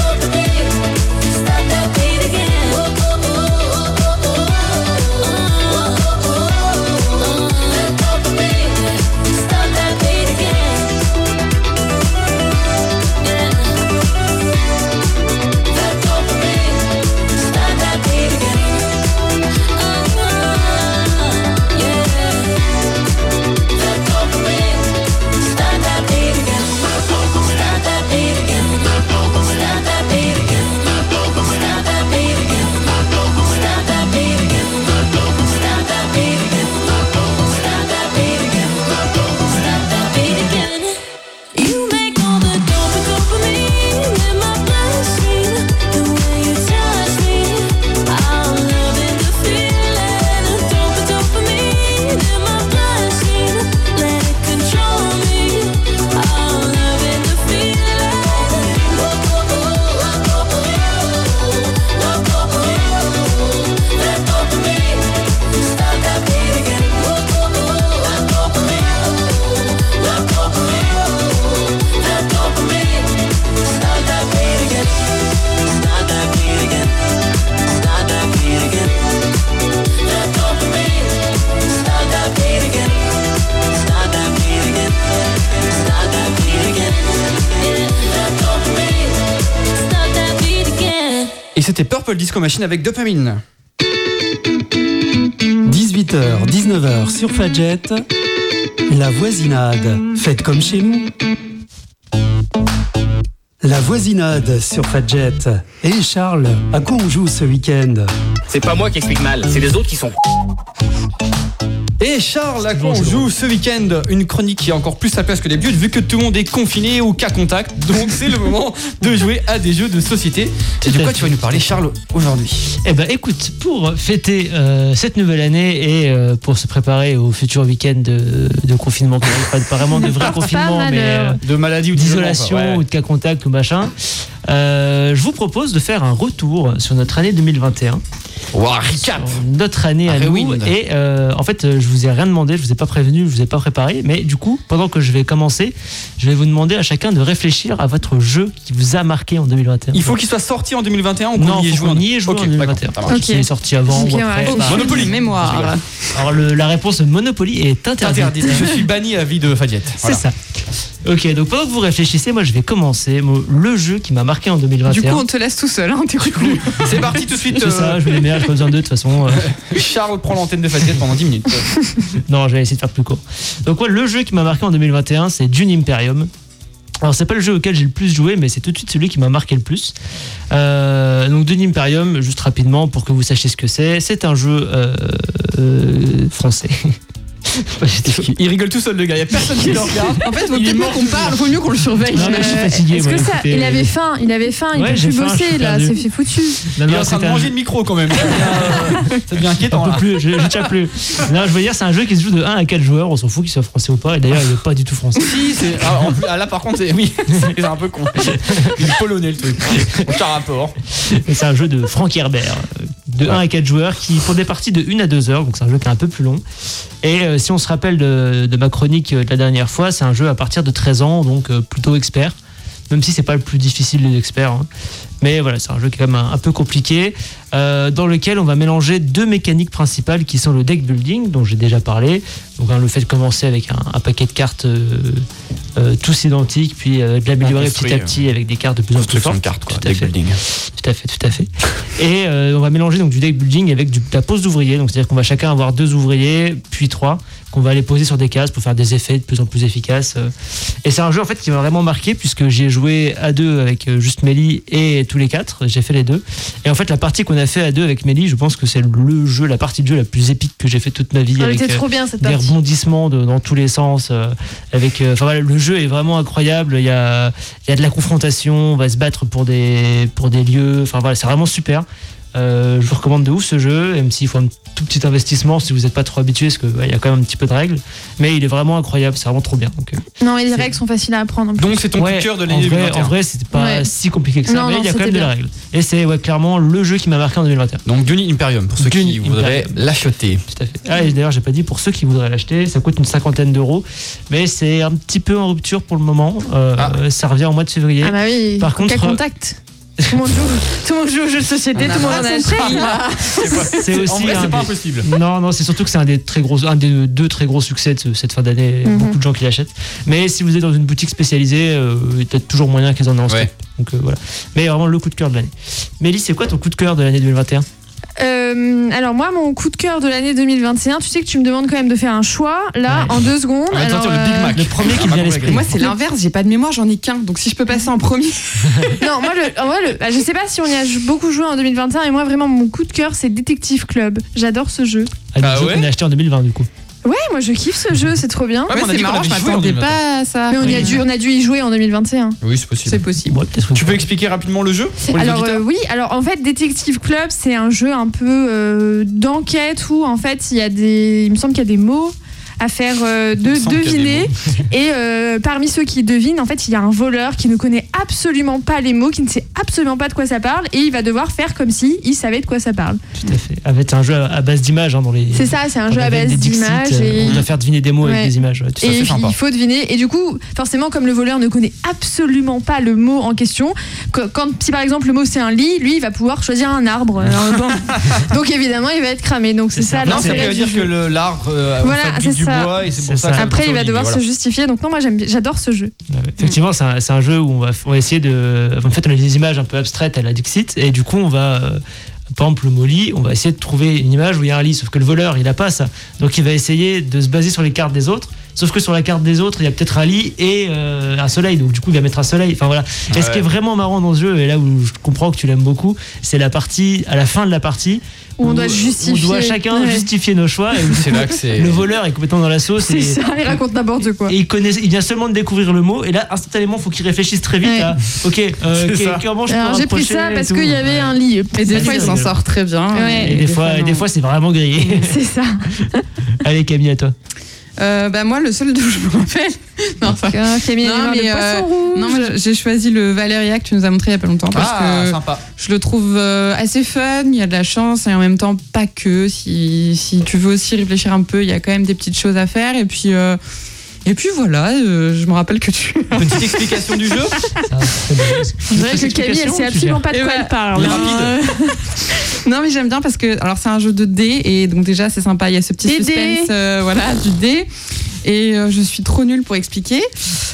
feeling. Stop that beat again. You make all the dope dopamine in my bloodstream. The way you touch me, I'm loving the feeling of dope dopamine in my bloodstream. Let it control me. I'm loving the feeling. Stop that beat again. Stop that beat again.
Et c'était Purple Disco Machine avec Dopamine.
18h, 19h sur Fadjet, la voisinade. Faites comme chez nous. La voisinade sur Fadjet. Et Charles, à quoi on joue ce week-end
C'est pas moi qui explique mal, c'est les autres qui sont.
Et Charles, à quoi
Bonjour.
on joue ce week-end une chronique qui a encore plus sa place que d'habitude vu que tout le monde est confiné ou cas contact. Donc c'est le moment de jouer à des jeux de société. Et de
à
quoi
fait.
tu vas nous parler Charles aujourd'hui
Eh ben écoute, pour fêter euh, cette nouvelle année et euh, pour se préparer au futur week-end de, de confinement, qui n'arrive pas pas vraiment de vrai
Pas
confinement, mais
malheur.
euh,
De maladie ou
d'isolation ou de cas contact ou machin, euh, je vous propose de faire un retour sur notre année 2021.
Ouah, recap
sur notre année à
Un
nous.
Ah, rewind.
Et euh, en fait, euh, je vous ai rien demandé, je vous ai pas prévenu, je vous ai pas préparé. Mais du coup, pendant que je vais commencer, je vais vous demander à chacun de réfléchir à votre jeu qui vous a marqué en 2021.
Il faut qu'il soit sorti en 2021 ou qu'on
non,
y ait
faut
joué en
qu'on y ait joué
Ok,
en
d'accord,
2021.
ça marche. Oh,
Ok.
S'il est sorti avant bah,
Ok,
ou
ouais.
après.
Aucune
Monopoly.
Mémoire.
Alors le- la réponse Monopoly est interdite.
Interdit. Je suis banni à vie de Fadiette.
C'est ça. Ok, donc pendant que vous réfléchissez, moi je vais commencer Mo- le jeu qui m'a marqué en 2021.
Du coup, on te laisse tout seul. Hein, t'es cool.
ça. C'est parti tout de suite.
c'est
euh,
ça, je vous les mets, j'ai pas besoin d'eux de toute façon. euh.
Charles prend l'antenne de Fadiette pendant 10 minutes.
Non, j'allais essayer de faire plus court. Donc ouais, le jeu qui m'a marqué en 2021, c'est Dune Imperium. Alors c'est pas le jeu auquel j'ai le plus joué, mais c'est tout de suite celui qui m'a marqué le plus. Euh, donc Dune Imperium, juste rapidement pour que vous sachiez ce que c'est, c'est un jeu euh, euh, français. J'étais fou.
Il rigole tout seul le gars, il y a personne qui le regarde.
En fait, vaut
Il est
peut-être mieux
mort.
qu'on parle, vaut mieux qu'on le surveille.
Non, mais je suis fatigué.
Est-ce
ouais,
que ça,
écoutez,
il
euh,
avait faim, il avait faim, il
Ouais,
peut
j'ai
plus
faim, je suis
bosser là,
perdu.
c'est fait foutu.
non,
Il
non,
est en train
c'était
de
un-
manger le micro quand même. Ça devient
J'en
inquiétant.
peux
là.
plus, je, je tiens plus. Non, je veux dire, c'est un jeu qui se joue de 1 à 4 joueurs, on s'en fout qu'il soit français ou pas, et d'ailleurs il est pas du tout français.
Si, c'est. ah, en plus- ah, là par contre, c'est- oui, c'est un peu con. Il est polonais le truc. Aucun rapport.
Et c'est un jeu de Frank Herbert, euh, de 1 à 4 joueurs, qui pour des parties de 1 à 2 heures, donc c'est un jeu qui est un peu plus long. Et euh, si on se rappelle de, de ma chronique euh, de la dernière fois, c'est un jeu à partir de 13 ans, donc euh, plutôt expert, même si c'est pas le plus difficile des experts. hein. Mais voilà, c'est un jeu qui est quand même un, un peu compliqué, euh, dans lequel on va mélanger deux mécaniques principales qui sont le deck building, dont j'ai déjà parlé, donc hein, le fait de commencer avec un, un paquet de cartes euh, euh, tous identiques, puis euh, de l'améliorer petit à
Construire.
petit avec des cartes euh. de plus en plus fortes. Tout à fait. Tout à fait, tout à fait. Et euh, on va mélanger donc du deck building avec du- de la pose d'ouvriers. Donc c'est-à-dire qu'on va chacun avoir deux ouvriers, puis trois, qu'on va les poser sur des cases pour faire des effets de plus en plus efficaces. euh. Et c'est un jeu en fait qui m'a vraiment marqué puisque j'y ai joué à deux avec euh, juste Mélie et tous les quatre. J'ai fait les deux. Et en fait la partie qu'on a fait à deux avec Mélie, je pense que c'est le jeu, la partie de jeu la plus épique que j'ai fait toute ma vie.
Elle
avec,
était
euh,
Ah trop bien cette
des
partie.
rebondissements de- dans tous les sens. euh, avec, euh, enfin voilà, le jeu est vraiment incroyable. Il y a, il y a de la confrontation. On va se battre pour des, pour des lieux. Enfin voilà, c'est vraiment super. Euh, je vous recommande de ouf ce jeu, même s'il faut un tout petit investissement si vous n'êtes pas trop habitué, parce qu'il y a quand même un petit peu de règles. Mais il est vraiment incroyable, c'est vraiment trop bien. Donc, euh,
Non, et les
C'est-
règles sont faciles à apprendre. en plus.
Donc c'est ton
ouais,
coup de cœur de
en
l'année
vrai,
2021.
En vrai, c'était pas
Ouais.
si compliqué que ça,
Non,
mais
non,
il y a quand même
c'était
de la
bien.
règle. Et c'est ouais, clairement le jeu qui m'a marqué en 2021.
Donc Dune Imperium pour ceux qui
Dune
voudraient
Imperium.
l'acheter.
Tout à fait. Ah, et d'ailleurs, j'ai pas dit pour ceux qui voudraient l'acheter, ça coûte une cinquantaine d'euros, mais c'est un petit peu en rupture pour le moment. Euh,
Ah.
Ça revient au mois de février.
Ah bah oui.
Par
quel
contre, Ah, euh,
contact. Tout le monde joue, tout le monde joue aux jeux de société,
On a
tout le monde
pas
a son
compris.
prêt.
bah, C'est
En
aussi
vrai,
un
c'est pas
des-
impossible.
Non, non, c'est surtout que c'est un des très gros, un des deux très gros succès de ce- cette fin d'année.
Mhm.
Beaucoup de gens qui l'achètent. Mais si vous êtes dans une boutique spécialisée, euh, il y a peut-être toujours moyen qu'ils en aient en
Ouais.
stock. Donc euh, voilà. Mais vraiment le coup de cœur de l'année. Mélie, c'est quoi ton coup de cœur de l'année 2021
Euh, alors moi, mon coup de cœur de l'année 2021, tu sais que tu me demandes quand même de faire un choix, là,
Ouais.
en deux secondes.
Ah, mais attends,
Alors,
le Big
euh,
Mac. Ah, bah,
Le premier qui me vient à l'esprit. Ah,
Moi, c'est l'inverse. J'ai pas de mémoire, j'en ai qu'un. Donc, si je peux passer en premier.
Non, moi, le, en vrai, le- bah, je sais pas si on y a jou- beaucoup joué en 2021, et moi, vraiment, mon coup de cœur, c'est Détective Club. J'adore ce jeu.
Ah, le
Ah
jeu
ouais
qu'on a acheté en 2020 du coup.
Ouais, moi, je kiffe ce jeu, c'est trop bien.
Ouais, mais on a
c'est
dit qu'on
marrant,
avait
je
joué en
m'attendais
2021.
pas à ça.
Mais on, y a dû, on a dû y jouer en 2021.
Oui, c'est
C'est
possible.
possible.
Ouais, peut-être que
Tu
vous-
peux expliquer rapidement le jeu pour les
Alors
auditeurs
euh, oui, alors en fait Détective Club c'est un jeu un peu euh, d'enquête où en fait il y a des, il me semble qu'il y a des mots à faire euh, de
me semble qu'il y a des
deviner et euh, parmi ceux qui devinent en fait il y a un voleur qui ne connaît absolument pas les mots, qui ne sait absolument pas de quoi ça parle et il va devoir faire comme si il savait de quoi ça parle.
Tout à fait. Avec un jeu à à base d'images hein, dans les.
C'est ça, c'est un jeu à
Avec
base
des Dixit,
d'images
euh,
et
On doit faire deviner des mots
Ouais.
avec des images. ouais, tout à
Et
fait.
fait sympa.
il faut deviner. Et du coup, forcément, comme le voleur ne connaît absolument pas le mot en question, que- quand, si par exemple le mot c'est un lit, lui, il va pouvoir choisir un arbre. euh, un banc. Donc évidemment, il va être cramé. Donc c'est
C'est
ça.
ça.
Non,
Alors,
ça
c'est-
veut
l'intérêt du
dire que
jeu.
le- l'arbre euh,
Voilà,
fabrique
c'est
du
ça.
bois et c'est
C'est
pour ça.
ça.
que
Après, il va
Voilà.
devoir se justifier. Donc non, moi j'aime bien- j'adore ce jeu.
Ouais, ouais. Effectivement, c'est un, c'est un jeu où on va, on va essayer de. En fait, on a des images un peu abstraites à la Dixit, et du coup, on va. euh, par exemple, le mot lit, on va essayer de trouver une image où il y a un lit, sauf que le voleur, il n'a pas ça. Donc, il va essayer de se baser sur les cartes des autres Sauf que sur la carte des autres, il y a peut-être un lit et euh, un soleil. Donc, du coup, il va mettre un soleil. Enfin, voilà. Et ce
Ouais.
qui est vraiment marrant dans ce jeu, et là où je comprends que tu l'aimes beaucoup, c'est la partie, à la fin de la partie,
Où on doit justifier.
On doit chacun
Ouais.
justifier nos choix. Et
C'est là que c'est.
le voleur est complètement dans la sauce.
C'est
Et,
ça, il raconte n'importe quoi.
et il, connaît, il vient seulement de découvrir le mot, et là, instantanément, faut qu'il réfléchisse très vite
Ouais.
à Ok, euh,
C'est
que-
ça.
comment je peux
Alors j'ai pris
rapprocher
ça
et
parce
tout. hein.
qu'il y avait un lit. euh,
Et des
Ah,
fois,
c'est
il s'en
rigolo.
sort très bien.
Ouais.
Et des fois, et des
non.
fois c'est vraiment grillé.
C'est ça.
Allez, Camille, à toi.
Euh, bah, moi, le seul dont je me rappelle. Non, enfin,
Camille,
Non,
le
mais, euh,
poisson rouge.
non, moi, j'ai choisi le Valéria que tu nous as montré il y a pas longtemps parce
Ah,
que
sympa.
je le trouve euh, assez fun. Il y a de la chance et en même temps pas que. Si, si tu veux aussi réfléchir un peu, il y a quand même des petites choses à faire. Et puis euh, et puis voilà, euh, je me rappelle que tu.
Petite explication du jeu.
Ça, c'est bon.
On dirait que Camille, elle
Explication,
sait
tu
absolument pas de
Et
quoi
Eh ouais. Euh,
elle parle.
Les
hein.
rapides.
Non mais j'aime bien parce que alors c'est un jeu de dés et donc déjà c'est sympa, il y a ce petit
Des
suspense
dés.
euh, voilà du dé et euh, je suis trop nulle pour expliquer.
gères.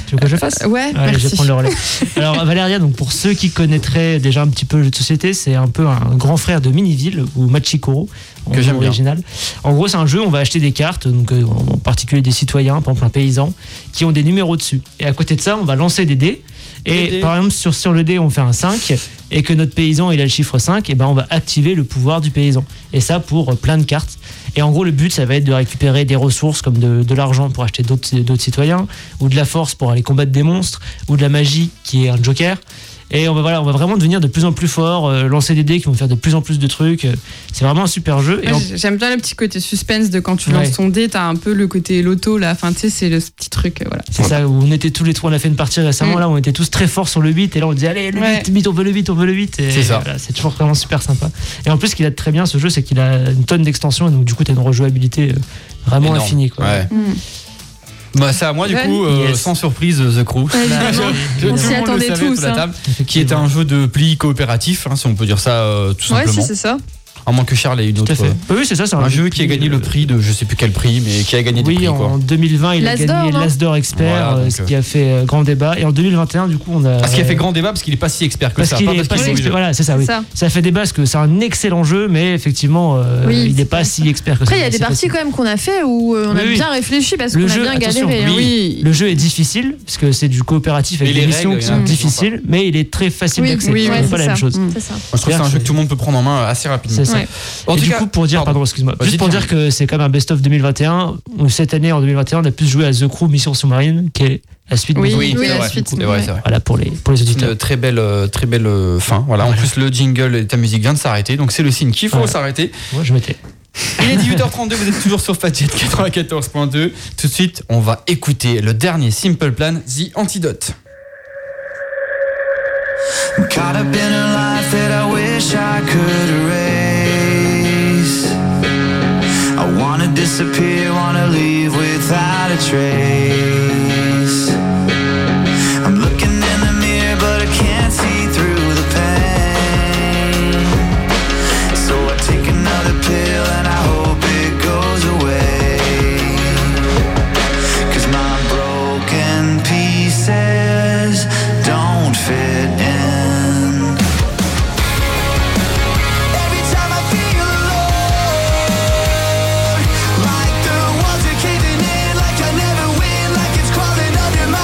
Tu veux que je fasse
Euh, ouais,
Allez, je
merci.
vais prendre le relais. Alors, Valéria, donc, pour ceux qui connaîtraient déjà un petit peu le jeu de société, c'est un peu un grand frère de Miniville ou Machikoro, en
Que
nom
j'aime bien.
original. En gros, c'est un jeu où on va acheter des cartes, donc, euh, en particulier des citoyens, par exemple un paysan, qui ont des numéros dessus. Et à côté de ça, on va lancer des dés. Et
Des dés.
par exemple, sur, sur le dé, on fait un 5 et que notre paysan il a le chiffre 5, et ben on va activer le pouvoir du paysan. Et ça pour euh, plein de cartes. Et en gros, le but, ça va être de récupérer des ressources comme de, de l'argent pour acheter d'autres d'autres citoyens, ou de la force pour aller combattre des monstres, ou de la magie qui est un joker. Et on va, voilà, on va vraiment devenir de plus en plus fort, euh, lancer des dés qui vont faire de plus en plus de trucs. euh, c'est vraiment un super jeu. Et
Moi,
en-
j'ai- J'aime bien le petit côté suspense de quand tu lances
Ouais.
ton dé, t'as un peu le côté loto là, enfin tu sais c'est le ce petit truc euh, voilà.
c'est ça, où on était tous les trois, on a fait une partie récemment,
Mm.
là, on était tous très forts sur le 8, et là on disait, allez, le
Ouais.
8, 8, on veut le 8, on veut le 8. et
C'est ça.
voilà, c'est toujours vraiment super sympa. Et en plus, ce qu'il a de très bien, ce jeu, c'est qu'il a une tonne d'extensions, et donc du coup, t'as une rejouabilité euh, vraiment
Énorme.
infinie. Quoi.
Ouais.
Mm.
Bah, c'est à moi, du
Jeune.
coup, euh,
Yes.
sans surprise, The Crew.
Ouais,
Bah,
évidemment.
je-
On
tout
s'y
le monde le
attendait
savait
tous,
autour de la
hein.
table, qui est un jeu de pli coopératif, hein, si on peut dire ça euh, tout
Ouais, si,
simplement.
c'est ça.
à moins que Charles ait une
Tout
autre. euh,
à fait. Oui, c'est ça, c'est
Un jeu qui a gagné
euh,
le prix de je sais plus quel prix, mais qui a gagné
Oui,
des prix.
en
quoi.
2020, il a
L'As
gagné
d'or, hein. non
l'As d'or expert,
Voilà,
euh,
donc,
ce qui a fait euh, grand débat. Et en 2021, du coup, on a.
Ah, ce qui a fait grand débat parce qu'il est pas si expert que
parce
ça.
qu'il
pas
est pas
parce
si
qu'il est
expert. Voilà, c'est ça, oui.
C'est ça.
Ça fait débat parce que c'est un excellent jeu, mais effectivement, euh,
Oui,
il n'est
c'est
pas
vrai.
si expert que ça.
Après, il y a
Mais
des
c'est
parties
pas-
quand même qu'on a fait où euh, on a
Oui, oui.
bien réfléchi parce
Le
qu'on a
jeu,
bien
attention,
galéré. hein.
oui.
Le jeu est difficile, parce que c'est du coopératif avec
Et
des
les
missions
règles,
qui
il y en
sont
a qui sont
difficiles, mais il est très facile
Oui,
d'accès.
oui,
c'est
ouais,
pas
c'est
la même
ça. Mm,
chose.
C'est ça.
Moi, je trouve que c'est un jeu que tout le monde peut prendre en main euh, assez rapidement.
C'est ça.
Ouais.
En
Et
tout
du
cas-
coup, pour dire, pardon, excuse-moi,
Vas-y,
juste pour
tiens.
dire que c'est quand même un best-of 2021, où cette année, en 2021, on a pu jouer à The Crew Mission Sous-Marine, qui est la suite
Oui,
de
oui,
oui,
c'est
la
vrai.
suite,
C'est vrai,
ouais.
c'est vrai.
Voilà, pour les, pour les auditeurs.
Une très belle, euh, très belle euh, fin. Voilà. En plus, le jingle et ta musique vient de s'arrêter, donc c'est le signe qu'il faut
Ouais.
s'arrêter.
Moi, je m'étais.
Il est 18h32, vous êtes toujours sur Fadjet 94.2. Tout de suite, on va écouter le dernier Simple Plan, The Antidote.
Caught up in a life that I wish I could erase. I wanna disappear, wanna leave without a trace. I'm looking in the mirror, but I can't see through the pain. So I take another pill and I hope it goes away. Cause my broken pieces don't fit in. Every time I feel alone, like the walls are caving in, like I never win, like I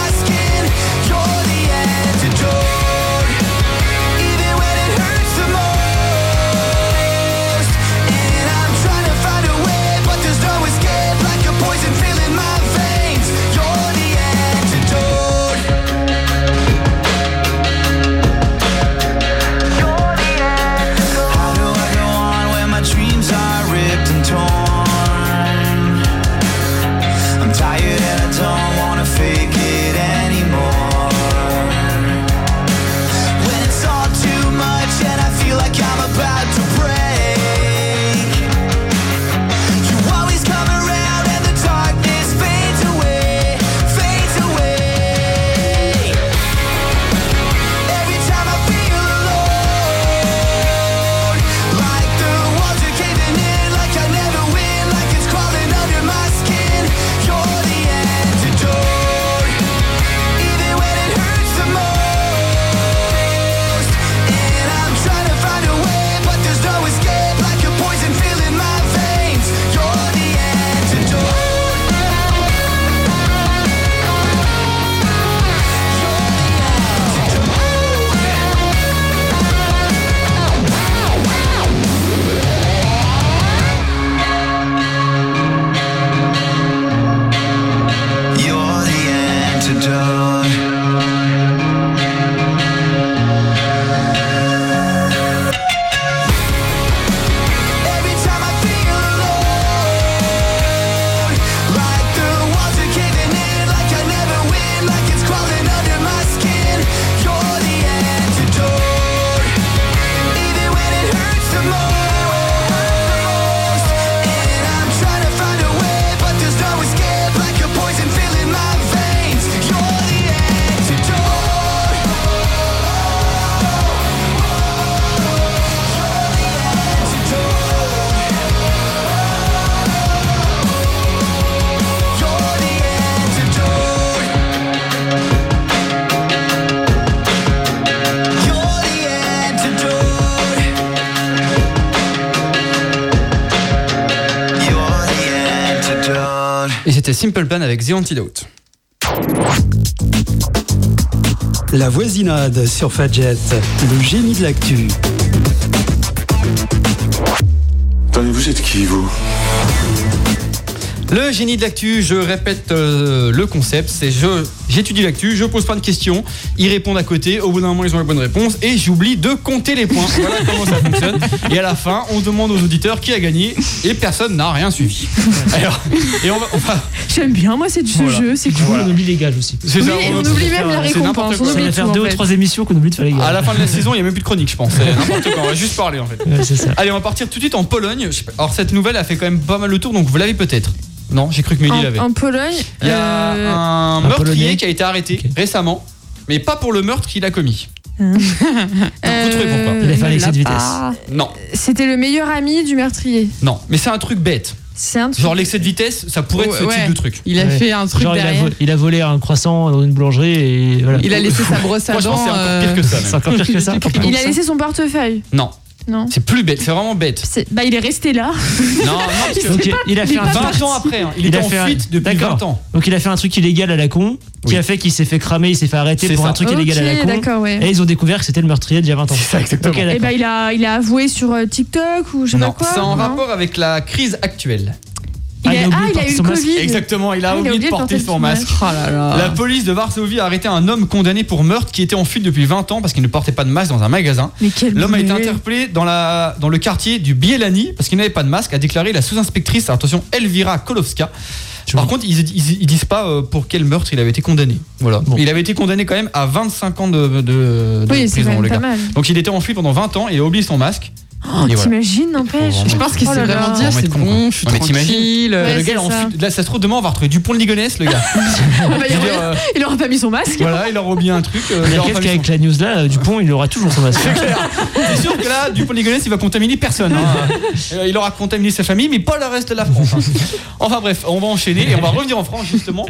Et c'était Simple Plan avec The Antidote.
La voisinade sur Fadjet, le génie de l'actu.
Attendez, vous êtes qui, vous
Le génie de l'actu, je répète euh, le concept, c'est je j'étudie l'actu, je pose plein de questions, ils répondent à côté, au bout d'un moment ils ont la bonne réponse et j'oublie de compter les points. Voilà comment ça fonctionne. Et à la fin, on demande aux auditeurs qui a gagné et personne n'a rien suivi. Alors, et on va, on va-
J'aime bien, moi, c'est ce
Voilà.
jeu, c'est
Du coup,
cool.
on oublie les gages aussi.
c'est
Oui,
ça,
et
on-
on oublie même la
c'est n'importe
récompense.
quoi.
On
Ça
oublie
va
tout,
faire
en
deux ou
fait.
trois émissions qu'on oublie de faire les
À
gages.
la fin de la saison, il n'y a même plus de chronique, je pense. C'est n'importe quoi. On va juste parler en fait.
Ouais, c'est ça.
Allez, on va partir tout de suite en Pologne. Je sais pas- Alors cette nouvelle a fait quand même pas mal le tour, donc vous l'avez peut-être. Non, j'ai cru que Mélie l'avait.
En, en Pologne,
Il y a
euh,
un
Un
meurtrier
Polonais.
qui a été arrêté
Ok.
récemment, mais pas pour le meurtre qu'il a commis.
Hein euh,
retrouvez pourquoi.
Il a fait un excès de
l'a
vitesse.
pas.
Non,
c'était le meilleur ami du meurtrier.
non, mais c'est un truc bête.
C'est un truc. Oh,
Genre l'excès de vitesse, ça pourrait être ce
Ouais.
type de truc.
Il a
Ouais.
fait un truc
Genre, il a,
derrière.
vo- il a volé un croissant dans une boulangerie et voilà.
Il a laissé sa brosse à
Moi, je pense
dents.
que c'est encore
euh,
pire que ça. même.
C'est encore pire que ça.
Il a laissé son portefeuille.
Non,
Non.
c'est plus bête, c'est vraiment bête.
C'est- Bah, il est resté là.
Non, non, parce que
Donc, il a fait un
20 ans après, hein, il,
Il
était
a
en
fait un-
fuite depuis
D'accord.
20 ans.
Donc il a fait un truc illégal à la con, qui
Oui.
a fait qu'il s'est fait cramer, il s'est fait arrêter
C'est
pour
ça.
un truc illégal à la
Ok,
con.
d'accord, ouais.
Et ils ont découvert que c'était le meurtrier d'il y a 20 ans.
C'est ça, exactement.
Ok,
Et
d'accord.
bah, il a, il a avoué sur euh, TikTok ou je sais
Non,
pas quoi.
c'est en
non
rapport avec la crise actuelle.
Il a, ah,
oublié de
il
porter
a eu
son
le
masque.
Covid.
Exactement, il a
Ah, il
oublié de porter son masque.
Oh là là.
La police de Varsovie a arrêté un homme condamné pour meurtre qui était en fuite depuis 20 ans parce qu'il ne portait pas de masque dans un magasin.
Mais quel
L'homme a été
boulet.
interpellé dans, la, dans le quartier du Bielani parce qu'il n'avait pas de masque, a déclaré la sous-inspectrice, attention, Elvira Kolowska. Par contre, ils, ils, ils disent pas euh, pour quel meurtre il avait été condamné. Voilà.
Bon.
Il avait été condamné quand même à 25 ans de, de- de
Oui, c'est quand
prison,
même
le
pas
gars.
mal.
Donc il était en fuite pendant 20 ans et il a oublié son masque.
Oh,
Et voilà.
T'imagines, n'empêche.
Faut vraiment-
Je pense qu'il
Oh là
s'est
là.
vraiment dit
Faut
c'est
mettre con,
bon,
quoi.
je suis
Ouais, mais t'imagines
tranquille. euh,
Ouais,
le gars,
c'est
il est en
ça.
fuite. Là, ça se trouve, demain, on va retrouver Dupont de Ligonnès, le gars.
Ah, bah, il
Je veux
aurait-
dire, euh,
Il aura pas mis son masque.
voilà, il aura oublié un truc. euh,
Il y
il
a
aura pas
quelqu'un
mis son-
avec la news là, euh, Dupont, il aura toujours son masque.
C'est sûr que là, Dupont de Ligonnès, il va contaminer personne. hein. Euh, Il aura contaminé sa famille, mais pas le reste de la France. hein. Enfin bref, on va enchaîner et on va revenir en France justement,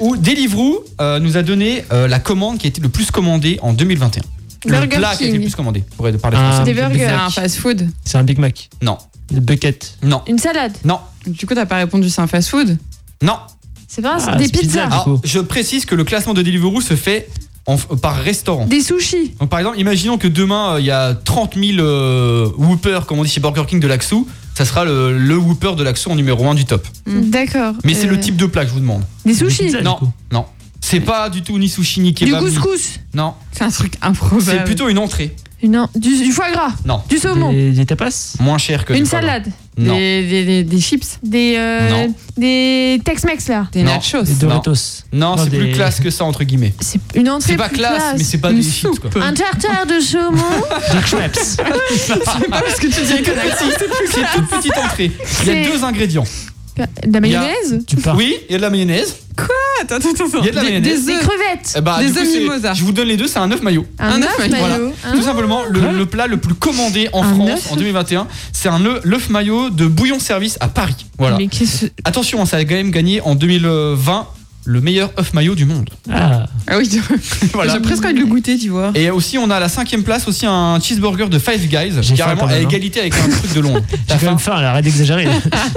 où Deliveroo euh, nous a donné euh, la commande qui a été le plus commandée en 2021. le
Burger
plat qui a été le
King.
plus commandé, pour être- parler
Ah.
français.
Des
Big
C'est
burgers.
Mac.
un fast-food.
C'est un Big Mac.
Non,
Le bucket.
non,
Une salade.
non,
Du coup, t'as pas répondu, c'est un fast-food.
non.
C'est pas
Ah,
des
c'est pizza.
pizzas.
Ah.
Alors, je précise que le classement de Deliveroo se fait en- par restaurant.
Des sushis.
Donc par exemple, imaginons que demain euh, il y a 30 000 euh, Whoopers, comme on dit chez Burger King de l'Axou, ça sera le, le Whooper de l'Axou en numéro 1 du top.
Mm.
D'accord.
Mais c'est
Euh,
le type de plat que je vous demande.
Des
Des
sushis.
pizzas,
Non,
du coup.
non. C'est pas du tout ni sushi ni
Du
kebab. ni-
couscous.
Non,
C'est un truc improbable.
c'est plutôt une entrée.
Une- du, du foie gras.
Non.
Du saumon.
Des, des tapas
Moins cher que.
Une
du plat.
salade.
Non.
Des, des- des- des chips,
Des, euh,
Non.
des Tex-Mex là.
des
Non.
nachos.
Des
Non.
Doritos.
Non,
Non,
c'est
des-
plus classe que ça entre guillemets.
C'est une entrée
C'est pas
plus
classe, mais c'est pas
Une
des chips quoi.
soupe.
Un tartare de saumon.
Jack Schweppes.
Parce que tu dis que c'est toute petite entrée. Il y
C'est-
a deux ingrédients.
De la
Il y a-
mayonnaise.
tu pars.
Oui, il y a de la mayonnaise.
Attends, attends, attends.
Il y a de la
des,
mayonnaise.
des
Des
œufs.
crevettes.
Eh bah,
Des
du coup,
œufs
c'est-
mimosa.
Je vous donne les deux, c'est un œuf maillot.
Un
Un
œuf
œuf Hein
maillot.
Tout simplement, le, le plat le plus commandé en
Un
France
œuf
en 2021, c'est un œuf- l'œuf maillot de Bouillon Service à Paris. Voilà.
Mais qu'est-ce que
Attention, hein, ça a quand même gagné en 2020 le meilleur œuf maillot du monde.
Ah,
Ah oui,
Voilà.
j'ai presque envie de le goûter, tu vois.
Et aussi, on a à la cinquième place aussi un cheeseburger de Five Guys,
J'ai faim
carrément
quand
à
même, hein.
égalité avec un truc de Londres. T'as
j'ai quand
faim
même faim, là, arrête d'exagérer.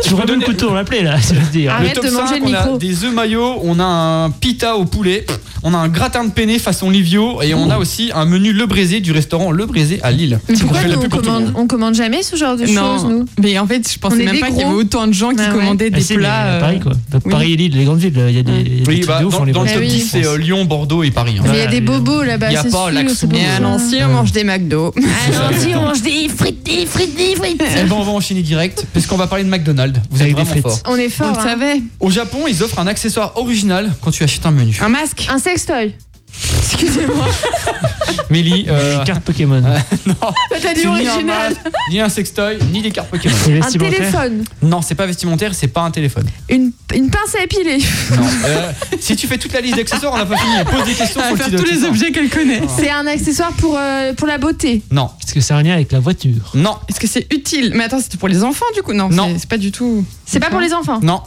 tu redonnes le couteau, on l'appelait là, c'est le dire.
Arrête
le top
de manger
5,
le
on a
micro.
des œufs maillots, on a un pita au poulet, pff, on a un gratin de penne façon Livio et on a aussi un menu Le Brésé du restaurant Le Brésé à Lille.
Mais pourquoi
fait la
nous, on
pub pour tout le
commande,
monde.
on commande jamais ce genre de choses, nous
mais en fait, je
On
pensais
est
même
des
pas qu'il y
gros.
avait autant de gens qui
Ah ouais.
commandaient
Ah,
des
si, mais
plats.
à Paris, quoi.
euh,
oui.
Paris et Lille, les grandes villes, il y a des, il y a des
Oui,
trucs
bah,
de ouf, on
dans,
les
dans
vend
le
Ah
top
oui.
10, c'est euh, Lyon, Bordeaux et Paris. hein.
Ah, Mais il y a
Ouais,
des
les-
bobos là-bas.
y a
c'est
pas
sûr,
l'accent.
c'est pour
Mais à
ça.
Nancy, on mange des McDo.
Ah non, si, on mange des frites, des frites, des frites.
Eh ben, on va enchaîner direct, parce qu'on va parler de McDonald's. Vous
Avec
êtes
des
vraiment
frites.
fort.
On est
On
fort.
le
hein.
savait.
Au Japon, ils offrent un accessoire original quand tu achètes un menu.
Un masque.
Un sextoy.
Excusez-moi.
Ah.
Mélie, euh,
Des cartes Pokémon.
non,
T'as
c'est ni un masque, ni un sextoy, ni des cartes Pokémon.
Les
Un
vestimentaires.
téléphone.
Non, c'est pas vestimentaire, c'est pas un téléphone.
Une, une pince à épiler.
Non. Euh, si tu fais toute la liste d'accessoires, on n'a pas fini. Pose des
On
questions sur
va
le
faire
petit
tous les
document.
objets qu'elle connaît.
Oh.
C'est un accessoire pour, euh, pour la beauté.
Non,
Est-ce que c'est un lien avec la voiture
non,
Est-ce que c'est utile Mais attends, c'était pour les enfants du coup Non,
Non.
c'est- c'est pas du tout.
C'est pas pour les enfants.
non.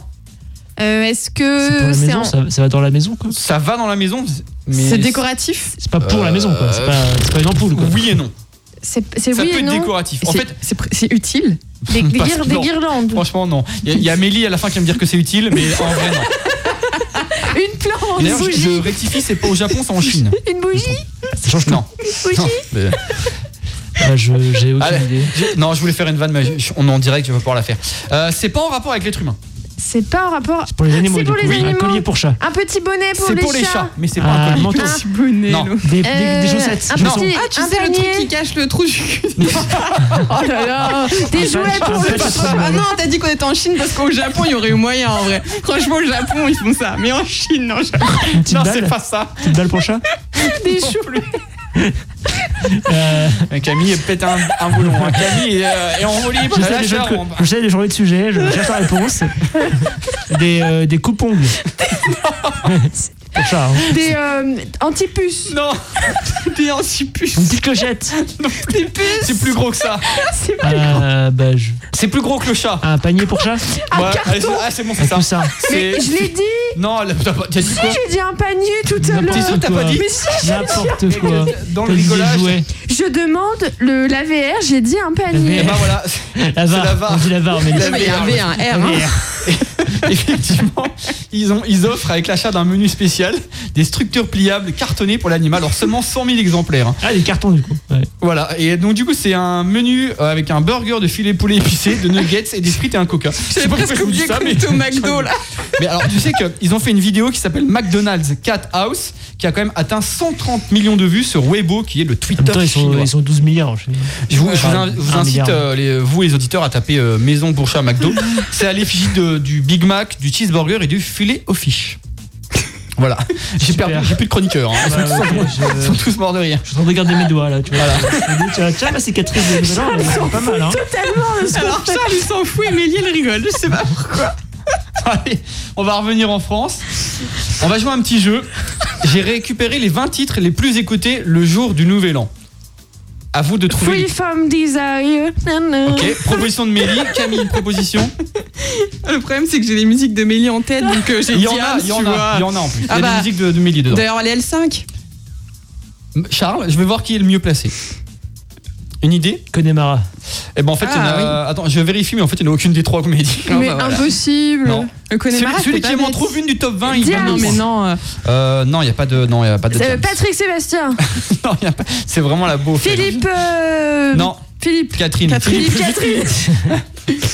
Euh, Est-ce
C'est pour la
que c'est
maison,
en.
ça, ça va dans la maison quoi
Ça va dans la maison, mais Euh,
C'est décoratif
C'est pas pour la maison quoi, c'est pas, c'est pas une ampoule quoi.
Oui et non.
C'est c'est
Ça
oui
peut
et
être
non.
décoratif. En
C'est-
fait,
c'est pr- c'est utile.
Des, des
Parce-
guir- des
non.
guirlandes.
franchement, non. Il y a- il y, a Amélie à la fin qui va me dire que c'est utile, mais en vrai, non.
Une plante, une
D'ailleurs, je,
bougie.
je rectifie, c'est pas au Japon, c'est en Chine.
Une bougie
Ça change non.
bougie.
Non, mais-
Bah, je- J'ai aucune
Allez.
idée.
je- non, je voulais faire une vanne, mais je- on est en direct, je vais pouvoir la faire. Euh, c'est pas en rapport avec l'être humain.
C'est pas en rapport.
Pour les animaux,
c'est
du
pour
coup.
les
Oui, un
animaux.
collier pour chat.
Un petit bonnet pour,
C'est
les,
pour les
chats.
chats, mais c'est pas un
Ah,
collier.
manteau.
Petit bonnet.
Non.
l'eau.
Des, des-
Euh,
des chaussettes.
un
je sens.
petit-
Ah, tu
un
sais, le truc
panier.
qui cache le trou du cul.
Oh là là
Ah,
Des jouets pour
En fait,
le
ça serait
Ah
bien.
non, t'as dit qu'on était en Chine parce qu'au Japon, il y aurait eu moyen en vrai. Franchement, au Japon, ils font ça. Mais en Chine, non, jamais.
Une petite
Non, c'est
balle.
pas ça.
Petite balle pour chat.
des choux.
Euh,
Euh, Camille pète un, un boulon. hein. Camille euh, est en roue libre. Elle
J'essaie
lâche
de
la
jouer
rampe.
de- j'essaie de jouer de sujet, je cherche la réponse. Des, euh, des coupons. Pour chat. hein.
Des euh, antipuces.
Non,
T'es en supus.
Une petite clochette.
c'est plus gros que ça.
Euh, bah, je-
Ah,
Ah,
C'est plus gros que le chat.
Un panier pour chat
Un
Ouais,
carton.
allez, c'est- Ah, c'est bon, c'est ça.
Tout ça.
C'est-
Mais je l'ai dit,
Non, elle- t'as pas- t'as dit quoi
j'ai dit un panier tout à
N'importe
l'heure.
t'as pas
quoi.
dit.
Mais si,
N'importe quoi.
Dans
T'as
le
dit des
rigolage.
jouets.
je demande le l'AVR, j'ai dit un
Et
panier. Eh ben
bah voilà,
La
C'est la
VAR.
VAR.
On dit la VAR, mais
La
Il y
VR,
avait un R. hein.
effectivement, ils, ont, ils offrent avec l'achat d'un menu spécial des structures pliables cartonnées pour l'animal, alors seulement 100 000 exemplaires. hein.
Ah, des cartons du coup. Ouais.
Voilà, et donc du coup c'est un menu euh, avec un burger de filet poulet épicé, de nuggets et des frites et un coca. Je sais
J'avais
pas pourquoi
presque
je vous dis
oublié
ça,
qu'on
mais-
était au McDo là.
Mais alors, tu sais qu'ils ont fait une vidéo qui s'appelle McDonald's Cat House, qui a quand même atteint 130 millions de vues sur Weibo, qui est le
En même
Twitter
temps, ils sont,
chinois.
ils sont 12 milliards. Je...
Je vous, je vous
Enfin,
in- vous
un
incite,
milliard.
euh, les, vous les auditeurs, à taper euh, Maison pour chat McDo. C'est à l'effigie de- du Big Mac, du cheeseburger et du filet au fish. Voilà, j'ai
Super.
perdu, j'ai plus de chroniqueurs. hein.
Ouais, ouais, ouais,
Ils
je...
sont tous morts de rire.
je suis en train de regarder mes doigts là, tu vois. Je me dis, tiens, Tiens, ma cicatrice de doigts, elle est pas mal, hein.
Alors Charles, il s'en fout, Émilie, elle rigole. Je sais pas pourquoi.
Allez, on va revenir en France. On va jouer à un petit jeu. J'ai récupéré les 20 titres les plus écoutés le jour du Nouvel An. À vous de trouver.
Free from desire. Nanana.
Ok, proposition de Mélie. Camille, une proposition.
Le problème, c'est que j'ai les musiques de Mélie en tête, donc euh, j'ai
Il
dit
y en a,
ah,
il y en
tu
a,
vois.
il y en a en plus. Il y a
Ah
des
bah.
musiques de, de Mélie dedans.
D'ailleurs, les L5.
Charles, je vais voir qui est le mieux placé. Une idée
Connemara.
Eh ben en fait,
Ah,
il y en a- attends, je vérifie, mais en fait, il n'y en a aucune des trois comédies. Ah,
Non,
Mais
bah, voilà.
impossible.
Non.
Le Connemara,
Celui, celui
c'est
qui
pas
m'en
bête.
trouve une du top 20, il
Diane.
gagne
Non,
le
mais
point.
non. euh,
Euh, non, il n'y a pas de, non, il y a pas de.
Euh, Patrick Sébastien.
Non, il y a pas- C'est vraiment la beau.
Philippe. euh,
Non,
Philippe.
Catherine.
Philippe Catherine.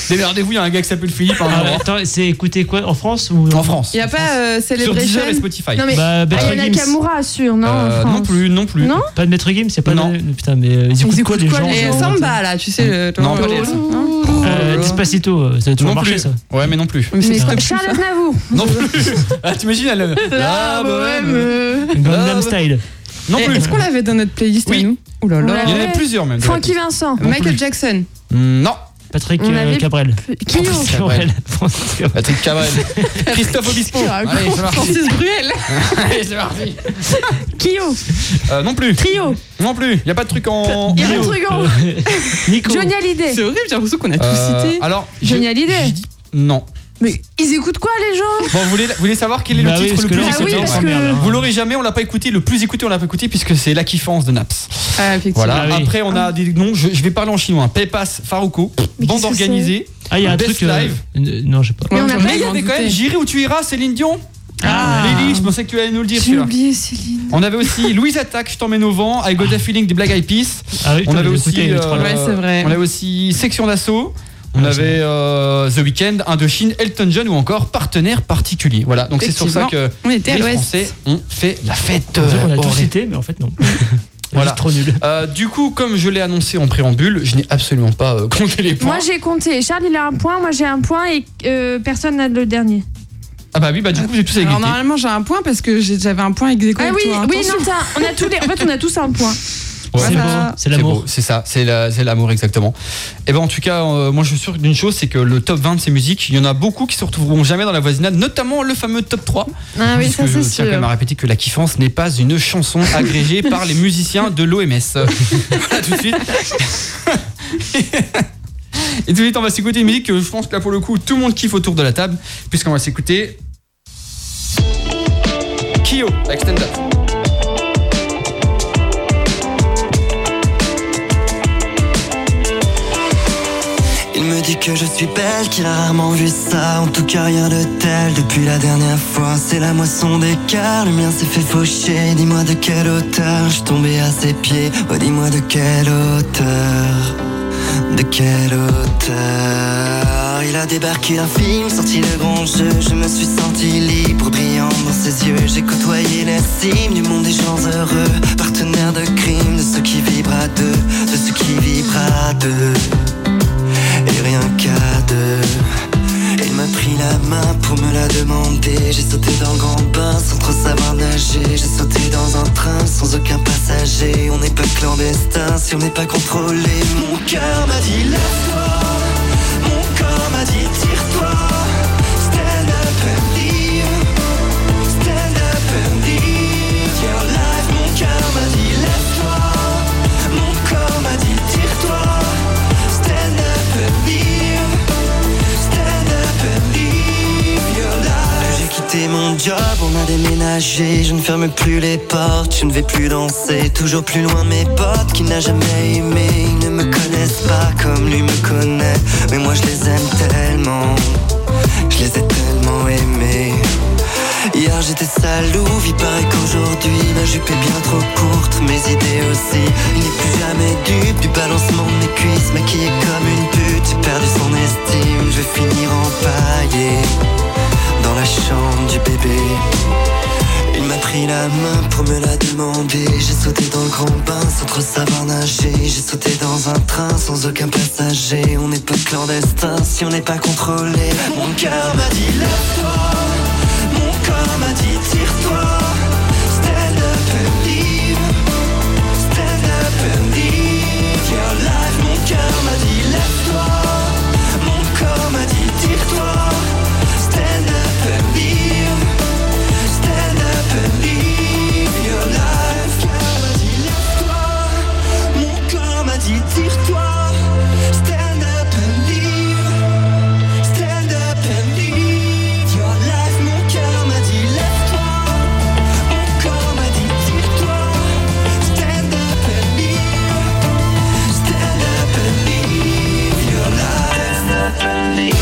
Démerdez-vous, il y a un gars qui s'appelle Philippe. hein,
Ah,
en-
attends, c'est écouté quoi En France ou
En France.
Il n'y a pas euh,
Sur Deezer et
Celebration.
Spotify.
Non mais.
Bah, Maître
Ayana
Gims.
Nakamura, sûr, non en
Euh, non
France.
plus, non plus.
Non
Pas de Maître Gims, c'est pas
Non.
de- Putain, mais euh, ils écoutent quoi les
écoutent quoi,
gens
Et
les-
genre,
Samba, là, tu sais. le-
Non, pas les
le-
L5.
non.
Euh, Despacito, euh, ça a toujours
non
marché
plus.
ça.
Ouais, mais non plus.
Mais c'est
Mais
stop, ça.
Charlotte Navour.
Non plus. Ah, t'imagines, elle. Ah, bah La bohème.
Gangnam
ouais.
Style.
Ah, bah. Non
Eh,
plus.
Est-ce qu'on l'avait dans notre playlist à
Oui.
nous Ouh là là.
Ouais.
Il y en a plusieurs même. de la
Francky Vincent.
Non
Michael
plus.
Jackson.
Non.
Patrick
On
euh,
avait-
Cabrel.
Qui ont
Cabrel.
Francis Cabrel.
Patrick Cabrel. Christophe Obispo. Allez, c'est parti.
Francis Bruel.
Allez, c'est parti.
Kyo,
Euh, non plus.
Trio,
Non plus. Il y a pas de truc en.
Irène
Euh,
Trugon,
Nico.
Johnny Hallyday.
C'est horrible, j'ai l'impression qu'on a tous cité.
alors. je-
Johnny Hallyday.
Non.
Mais ils écoutent quoi les gens
Bon, vous voulez, vous voulez savoir quel est
Bah
le
oui,
titre
parce
le
que
plus
là,
Ah oui,
écouté
on
parce
s'entend,
que-
merde, hein.
Vous l'aurez jamais, on l'a pas écouté. Le plus écouté, on l'a pas écouté puisque c'est la kiffance de Naps.
Ah, effectivement.
Ah
Voilà.
oui.
Après, on a des noms. Je, je vais parler en chinois. Pepas, Faruko,
Mais
bande
qu'est-ce que c'est
organisée.
Ah, il y a un
Best
truc. euh,
Live.
n- Non, je sais pas.
Mais on
Ouais,
a
j'en
pas
ai
Mais il y avait
grand
quand même
doute.
J'irai où tu iras, Céline Dion.
Ah.
Lily, je pensais que tu allais nous le dire.
J'ai
celui-là.
oublié Céline.
On avait aussi Louise Attaque, je t'emmène au vent. I got a feeling des Black Eyed Peas.
Ah oui,
On
putain,
avait
j'ai
aussi,
écouté les trois là.
euh,
Ouais, c'est vrai.
On avait aussi Section d'Assaut. On
Ouais,
avait euh, The Weeknd, Indochine, Elton John ou encore Partenaire Particulier. Voilà, donc c'est sur ça que
On était à
les
l'ouest.
Français ont fait la fête. euh,
On dirait qu'on a tout
Auré.
cité, mais en fait, non.
Voilà.
Voilà. trop nul.
Euh, du coup, comme je l'ai annoncé en préambule, je n'ai absolument pas euh, compté les points.
Moi j'ai compté. Charles il a un point, moi j'ai un point et euh, personne n'a le dernier.
ah bah oui, bah du coup, j'ai tous égalité.
Alors normalement j'ai un point parce que j'ai- j'avais un point ex aequo
Ah
avec
oui,
toi, hein.
oui,
Attention.
non, t'as- on a tous les- En fait, on a tous un point.
Ouais.
C'est beau,
Voilà.
c'est
C'est
l'amour.
beau, c'est ça, c'est la- c'est l'amour exactement. Et ben en tout cas, euh, moi je suis sûr d'une chose, c'est que le top 20 de ces musiques, il y en a beaucoup qui se retrouveront jamais dans la voisinade, notamment le fameux top 3.
Ah oui,
Puisque
ça c'est
je tiens quand même à
sûr.
répéter que la kiffance n'est pas une chanson agrégée par les musiciens de l'OMS. À tout de suite. Et tout de suite, on va s'écouter une musique que je pense que là pour le coup, tout le monde kiffe autour de la table, puisqu'on va s'écouter. Kyo, avec Stand Up.
Il me dit que je suis belle, qu'il a rarement vu ça. En tout cas, rien de tel depuis la dernière fois. C'est la moisson des cœurs, le mien s'est fait faucher. Dis-moi de quelle hauteur je suis tombé à ses pieds. Oh, dis-moi de quelle hauteur, de quelle hauteur. Il a débarqué d'un film, sorti le grand jeu. Je me suis senti libre, brillant dans ses yeux. J'ai côtoyé les cimes du monde des gens heureux. Partenaire de crime, de ceux qui vibrent à deux, de ceux qui vibrent à deux et rien qu'à deux. Il m'a pris la main pour me la demander. J'ai sauté dans le grand bain sans trop savoir nager. J'ai sauté dans un train sans aucun passager. On n'est pas clandestin si on n'est pas contrôlé. Mon cœur m'a dit lève-toi. Mon corps m'a dit tire-toi. Stand up and leave. Stand up and leave your life. Mon cœur m'a dit lève-toi. Mon corps m'a dit tire-toi. Stand up and leave. Stand up and leave your life. J'ai quitté mon job, on a déménagé. Je ne ferme plus les portes, je ne vais plus danser. Toujours plus loin de mes potes qui n'a jamais aimé. Ils ne me connaissent pas comme lui me connaît. Mais moi je les aime tellement. Je les ai tellement aimés. Hier j'étais salouf, il paraît qu'aujourd'hui ma jupe est bien trop courte, mes idées aussi. Il n'est plus jamais dupe du balancement de mes cuisses, maquillé comme une pute, j'ai perdu son estime. Je vais finir empaillé dans la chambre du bébé. Il m'a pris la main pour me la demander. J'ai sauté dans le grand bain sans trop savoir nager. J'ai sauté dans un train sans aucun passager. On n'est pas clandestin si on n'est pas contrôlé. Mon cœur m'a dit lève-toi. Mon corps m'a dit tire-toi Stand up and leave Stand up and leave your life Mon cœur m'a dit lève-toi Mon corps m'a dit tire-toi Stand up and leave Stand up and leave your life Mon cœur m'a dit lève-toi Mon corps m'a dit tire-toi Stand up and leave Stand up and leave your life Mon cœur m'a dit lève-toi Mon corps m'a dit tire-toi Stand up and leave Stand up and leave your life Stand up and leave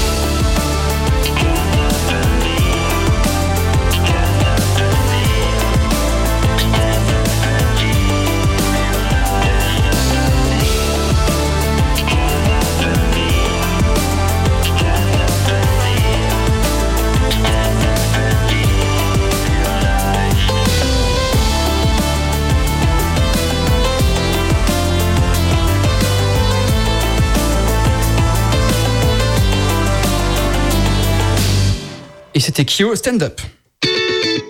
Et c'était Kyo Stand Up.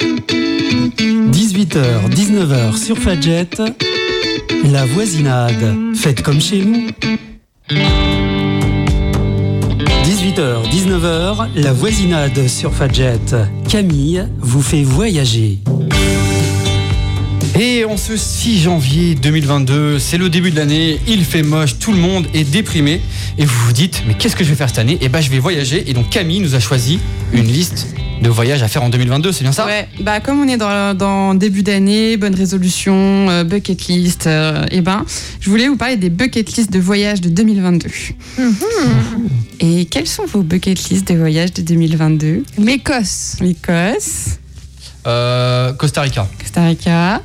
18h, 19h sur Fadjet, la voisinade. Faites comme chez nous. 18h, 19h, la voisinade sur Fadjet. Camille vous fait voyager.
Et en ce 6 janvier 2022, c'est le début de l'année, il fait moche, tout le monde est déprimé. Et vous vous dites, mais qu'est-ce que je vais faire cette année Eh ben, je vais voyager. Et donc, Camille nous a choisi une liste de voyages à faire en 2022, c'est bien ça
Ouais, bah comme on est dans, dans début d'année, bonne résolution, euh, bucket list, euh, eh ben, je voulais vous parler des bucket list de voyage de 2022.
Mm-hmm.
Et quels sont vos bucket list de voyage de 2022
L'Écosse.
L'Écosse,
Euh, Costa Rica.
Costa Rica.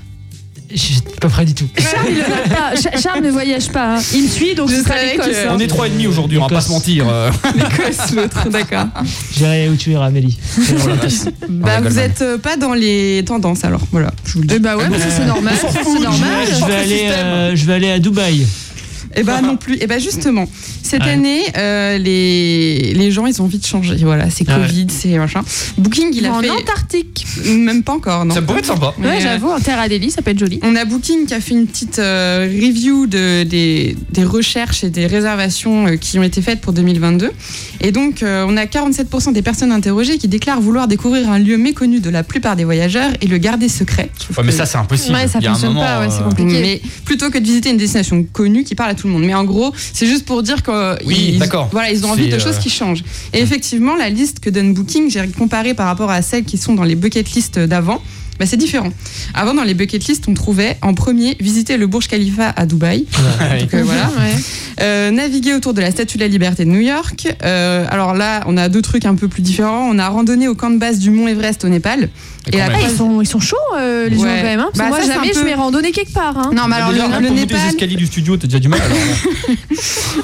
J'étais pas prêt du tout.
Charles, il en a pas. Ch- Charles ne voyage pas. hein. Il me suit, donc
Je
ce sera
savais
l'Écosse.
que-
hein.
On est trois et demi aujourd'hui, on va pas
L'Écosse.
se mentir. euh. Oh
L'Écosse, l'autre, d'accord.
J'irai où tu iras, Amélie. C'est bon, là.
Bah,
rigole
vous
mal.
êtes euh, pas dans les tendances alors, voilà, je vous le dis. Euh,
Eh bah ouais, mais ça c'est normal. ça, C'est normal.
Euh, Je vais, aller, euh, je vais aller à Dubaï.
Eh ben non plus. Eh ben justement, cette
Ouais.
année, euh, les, les gens, ils ont envie de changer. Voilà, c'est
Ah ouais.
Covid, c'est machin. Booking, il a
en
fait
Antarctique.
même pas encore, non
Ça pourrait être sympa.
Mais,
Ouais,
euh,
j'avoue, en Terre Adélie, ça peut être joli.
On a Booking qui a fait une petite euh, review de, des, des recherches et des réservations euh, qui ont été faites pour 2022. Et donc, euh, on a 47% des personnes interrogées qui déclarent vouloir découvrir un lieu méconnu de la plupart des voyageurs et le garder secret. Je trouve
Ouais, mais
que-
ça, c'est impossible.
Ouais, ça
Il y a un
fonctionne
moment,
pas, ouais, c'est
euh,
compliqué.
Mais plutôt que de visiter une destination connue qui parle à tout le monde. Mais en gros, c'est juste pour dire que
Oui,
ils-
d'accord.
Voilà, ils ont envie
C'est,
de
euh,
choses qui changent. Et effectivement, la liste que donne Booking, j'ai comparé par rapport à celles qui sont dans les bucket list d'avant. bah, c'est différent. Avant, dans les bucket list, on trouvait en premier visiter le Burj Khalifa à Dubaï. Donc, euh, voilà. Euh, naviguer autour de la Statue de la Liberté de New York. Euh, alors là, on a deux trucs un peu plus différents. On a randonné au camp de base du Mont Everest au Népal.
quand
la
même.
Ah,
croisée-
ils, sont, ils sont chauds, euh, les gens,
Ouais.
quand même. hein, parce
Bah,
que moi,
ça, c'est
jamais
un
je
peu-
vais randonner quelque part. hein.
Non, mais alors
Bah, Déjà,
le-
rien
le
pour monter les
Népal,
escaliers du studio, t'as déjà du mal. alors.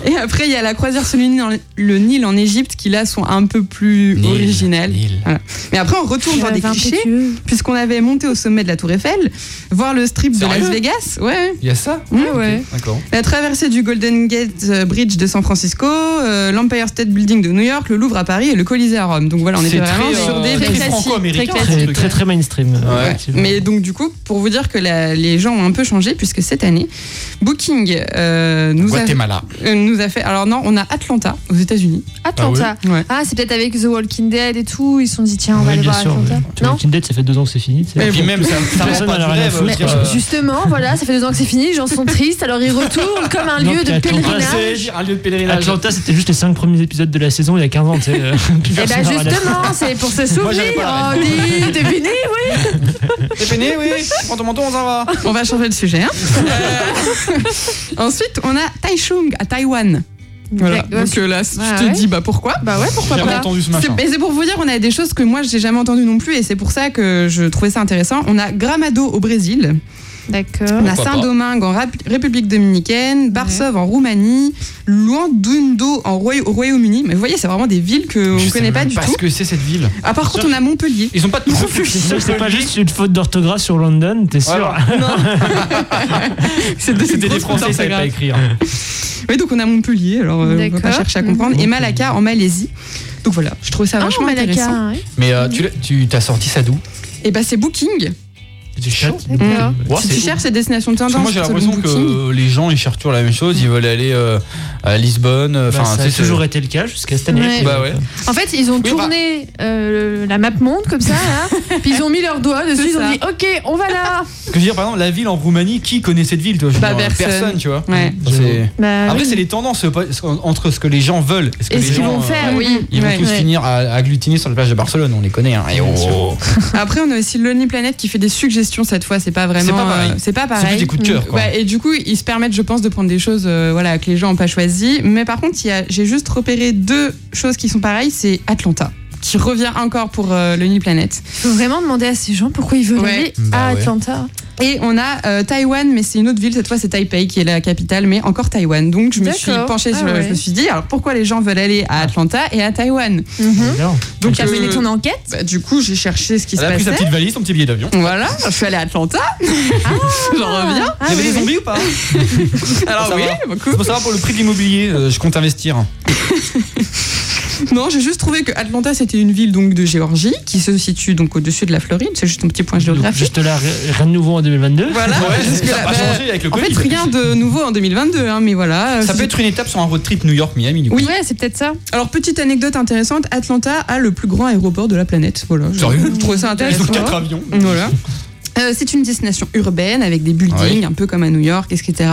Et après, il y a la croisière sur le Nil, en, le Nil en Égypte qui là sont un peu plus
Nil,
originales.
Nil.
Voilà. Mais après, on retourne dans
J'avais
des
un
clichés,
précieux.
puisqu'on avait monté au sommet de la Tour Eiffel, voir le strip de Las
Sérieux
Vegas, ouais,
Il y a ça
Ouais,
Ok,
Ah, ouais.
D'accord.
la traversée du Golden Gate euh, Bridge de San Francisco, euh, l'Empire State Building de New York, le Louvre à Paris et le Colisée à Rome. Donc voilà, on
C'est
était vraiment
très,
sur
euh,
des
très
classiques.
franco-américain,
très
Très,
classique.
très, très mainstream. euh,
Ouais.
effectivement.
Mais donc du coup, pour vous dire que la- les gens ont un peu changé, puisque cette année, Booking euh, nous, a,
Guatemala.
euh, nous a fait... Alors non, on a Atlanta aux États-Unis.
Attends, ça.
Ouais.
Ah, c'est peut-être avec The Walking Dead et tout. Ils se sont dit, tiens, on va
Ouais,
aller
bien
voir
sûr.
Atlanta.
ouais. Tu vois,
Non
Walking Dead, ça fait deux ans que c'est fini. tu sais.
Et puis même, ça, ça rend
Personne
pas
n'en a
du
rien à
rêve.
foutre.
je veux dire, euh,
Justement, voilà, ça fait deux ans que c'est fini. Les gens sont tristes. Alors, ils retournent comme un
Non,
lieu de
puis Atlanta,
pèlerinage.
Ah, c'est un lieu de pèlerinage.
Atlanta, c'était juste les cinq premiers épisodes de la saison il y a 15 ans. tu sais, euh, plus
Et
personne
ben
n'en a rien à foutre.
justement, c'est pour se
Moi, j'avais
souvenir.
pas
Oh, dis, devinez, oui.
T'es peiné, oui Prends ton menton, on s'en va.
On va changer de sujet. hein. Euh, Ensuite, on a Taichung à Taïwan. Voilà.
Ouais,
Donc euh, là, tu
Ouais,
te
ouais.
dis bah pourquoi
Bah ouais, pourquoi
J'ai
pas.
jamais entendu ce
C'est-
machin.
mais c'est pour vous dire, on a des choses que moi j'ai jamais entendues non plus et c'est pour ça que je trouvais ça intéressant. On a Gramado au Brésil,
D'accord.
on a
Pourquoi pas.
Saint-Domingue en Rap- République Dominicaine, Barsov en Roumanie, Luandundo en Roya- au Royaume-Uni. Mais vous voyez, c'est vraiment des villes qu'on
Je
ne
sais
connaît pas
même
du
Parce
tout.
que c'est cette ville.
Ah, par contre, on a Montpellier.
Ils ont pas de nom.
C'est sûr que c'est pas juste une faute d'orthographe sur London, t'es sûr
Voilà.
C'est deux-
C'était des
grosses
Français, ils
fautes
savaient pas
d'orthographe.
écrire.
Oui, donc on a Montpellier, alors euh, on va pas
D'accord.
chercher à comprendre.
Mhm.
Et Malacca en Malaisie. Donc voilà, je trouve ça
Ah,
vachement intéressant.
Malacca. ouais.
Mais euh, tu l'as- tu t'as sorti ça d'où
Et bah c'est Booking.
C'est chaud.
D'accord.
Ouais,
si
c'est
tu
ouf.
cherches ces destinations de
Parce que
tendance,
moi j'ai
selon
l'impression
Booking,
que les gens ils cherchent toujours la même chose, ils veulent aller euh, à Lisbonne, euh,
Bah,
enfin
ça
tu
a
sais,
toujours été le cas jusqu'à cette année.
Ouais.
Bah ouais.
En fait, ils ont
bah-
tourné euh, le- la map monde comme ça, là, puis ils ont mis leurs doigts dessus,
C'est
ils ont
ça.
dit OK, on va là.
ce que je veux dire par exemple la ville en Roumanie, qui connaît cette ville toi Je veux
Bah,
dire,
personne.
tu vois.
Ouais.
C'est-
Bah,
Après
oui.
c'est les tendances euh, pas- entre ce que les gens veulent et ce que
Et
les
ce qu'ils
gens
vont
euh,
faire,
ouais.
oui.
Ils
Ouais.
vont tous
Ouais.
finir à- agglutinés sur la plage de Barcelone, on les connaît. hein. Et
Bien
oh,
sûr.
Après, on a aussi Lonely Planet qui fait des suggestions cette fois. C'est pas vraiment.
C'est pas pareil.
euh, c'est pas
C'est
pareil.
plus des coups de cœur, quoi.
Ouais, et du coup, ils se permettent, je pense, de prendre des choses euh, voilà, que les gens n'ont pas choisies. Mais par contre, il y a- j'ai juste repéré deux choses qui sont pareilles. C'est Atlanta, qui revient encore pour euh, Lonely Planet.
faut vraiment demander à ces gens pourquoi ils veulent
Ouais.
aller
Bah
à
ouais.
ah, Atlanta.
Et on a euh, Taïwan, mais c'est une autre ville. Cette fois, c'est Taipei qui est la capitale, mais encore Taïwan. Donc, je me suis
D'accord.
penchée
Ah
sur.
ouais.
Je me suis dit, alors pourquoi les gens veulent aller à Atlanta et à Taïwan
Évidemment.
Donc,
Tu as
euh,
mené Mhm. ton enquête
bah, du coup, j'ai cherché ce qui se
Elle a pris sa
passait.
petite valise, son petit billet d'avion.
Voilà, je suis allée à Atlanta. J'en reviens.
Ah,
Il y
oui,
avait des
oui.
zombies ou pas
Alors
Ça
oui,
va.
beaucoup.
Pour savoir pour le prix de l'immobilier, euh, je compte investir.
Non, j'ai juste trouvé que Atlanta c'était une ville donc de Géorgie qui se situe donc au-dessus de la Floride. C'est juste un petit point
Donc,
géographique.
Juste là, ri- rien de nouveau en 2022.
Voilà.
Ouais,
Parce que
ça a
là,
pas
bah,
changé avec le
en fait,
Covid.
rien de nouveau en 2022, hein, mais voilà.
Ça
Euh,
peut être une étape sur un road trip New York-Miami du coup.
Ouais, c'est peut-être ça.
Alors petite anecdote intéressante, Atlanta a le plus grand aéroport de la planète. Voilà. Je,
Sérieux
je trouve ça
Ils
intéressant.
ont 4 avions.
Voilà. Euh, c'est une destination urbaine avec des buildings, un peu comme à New York, etc.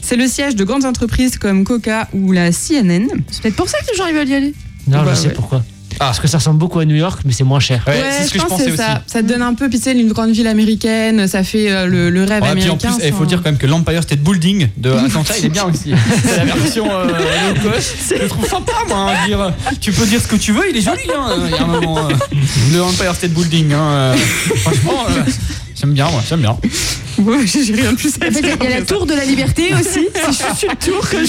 C'est le siège de grandes entreprises comme Coca ou la CNN.
C'est peut-être pour ça que les gens ils veulent y aller.
Non,
Bah,
je sais
ouais.
pourquoi.
Ah.
Parce que ça ressemble beaucoup à New York, mais c'est moins cher.
Ouais, c'est ce que je
pense
pensais
c'est
aussi.
ça. Ça te donne un peu, puis c'est une grande ville américaine, ça fait euh, le, le rêve
Ouais, puis en
américain.
plus, il faut
sans-
hein.
dire quand même que l'Empire State Building de Atlanta, il est bien aussi. C'est la version euh, low cost. Je le trouve sympa, moi. hein, dire, tu peux dire ce que tu veux, il est joli. hein, euh, Il y a un moment, euh, le Empire State Building, hein, euh, franchement, euh, j'aime bien, moi, j'aime bien.
Ouais, j'ai j'ai rien de plus à
En fait, il y a-
dire.
il y a la tour de la liberté aussi.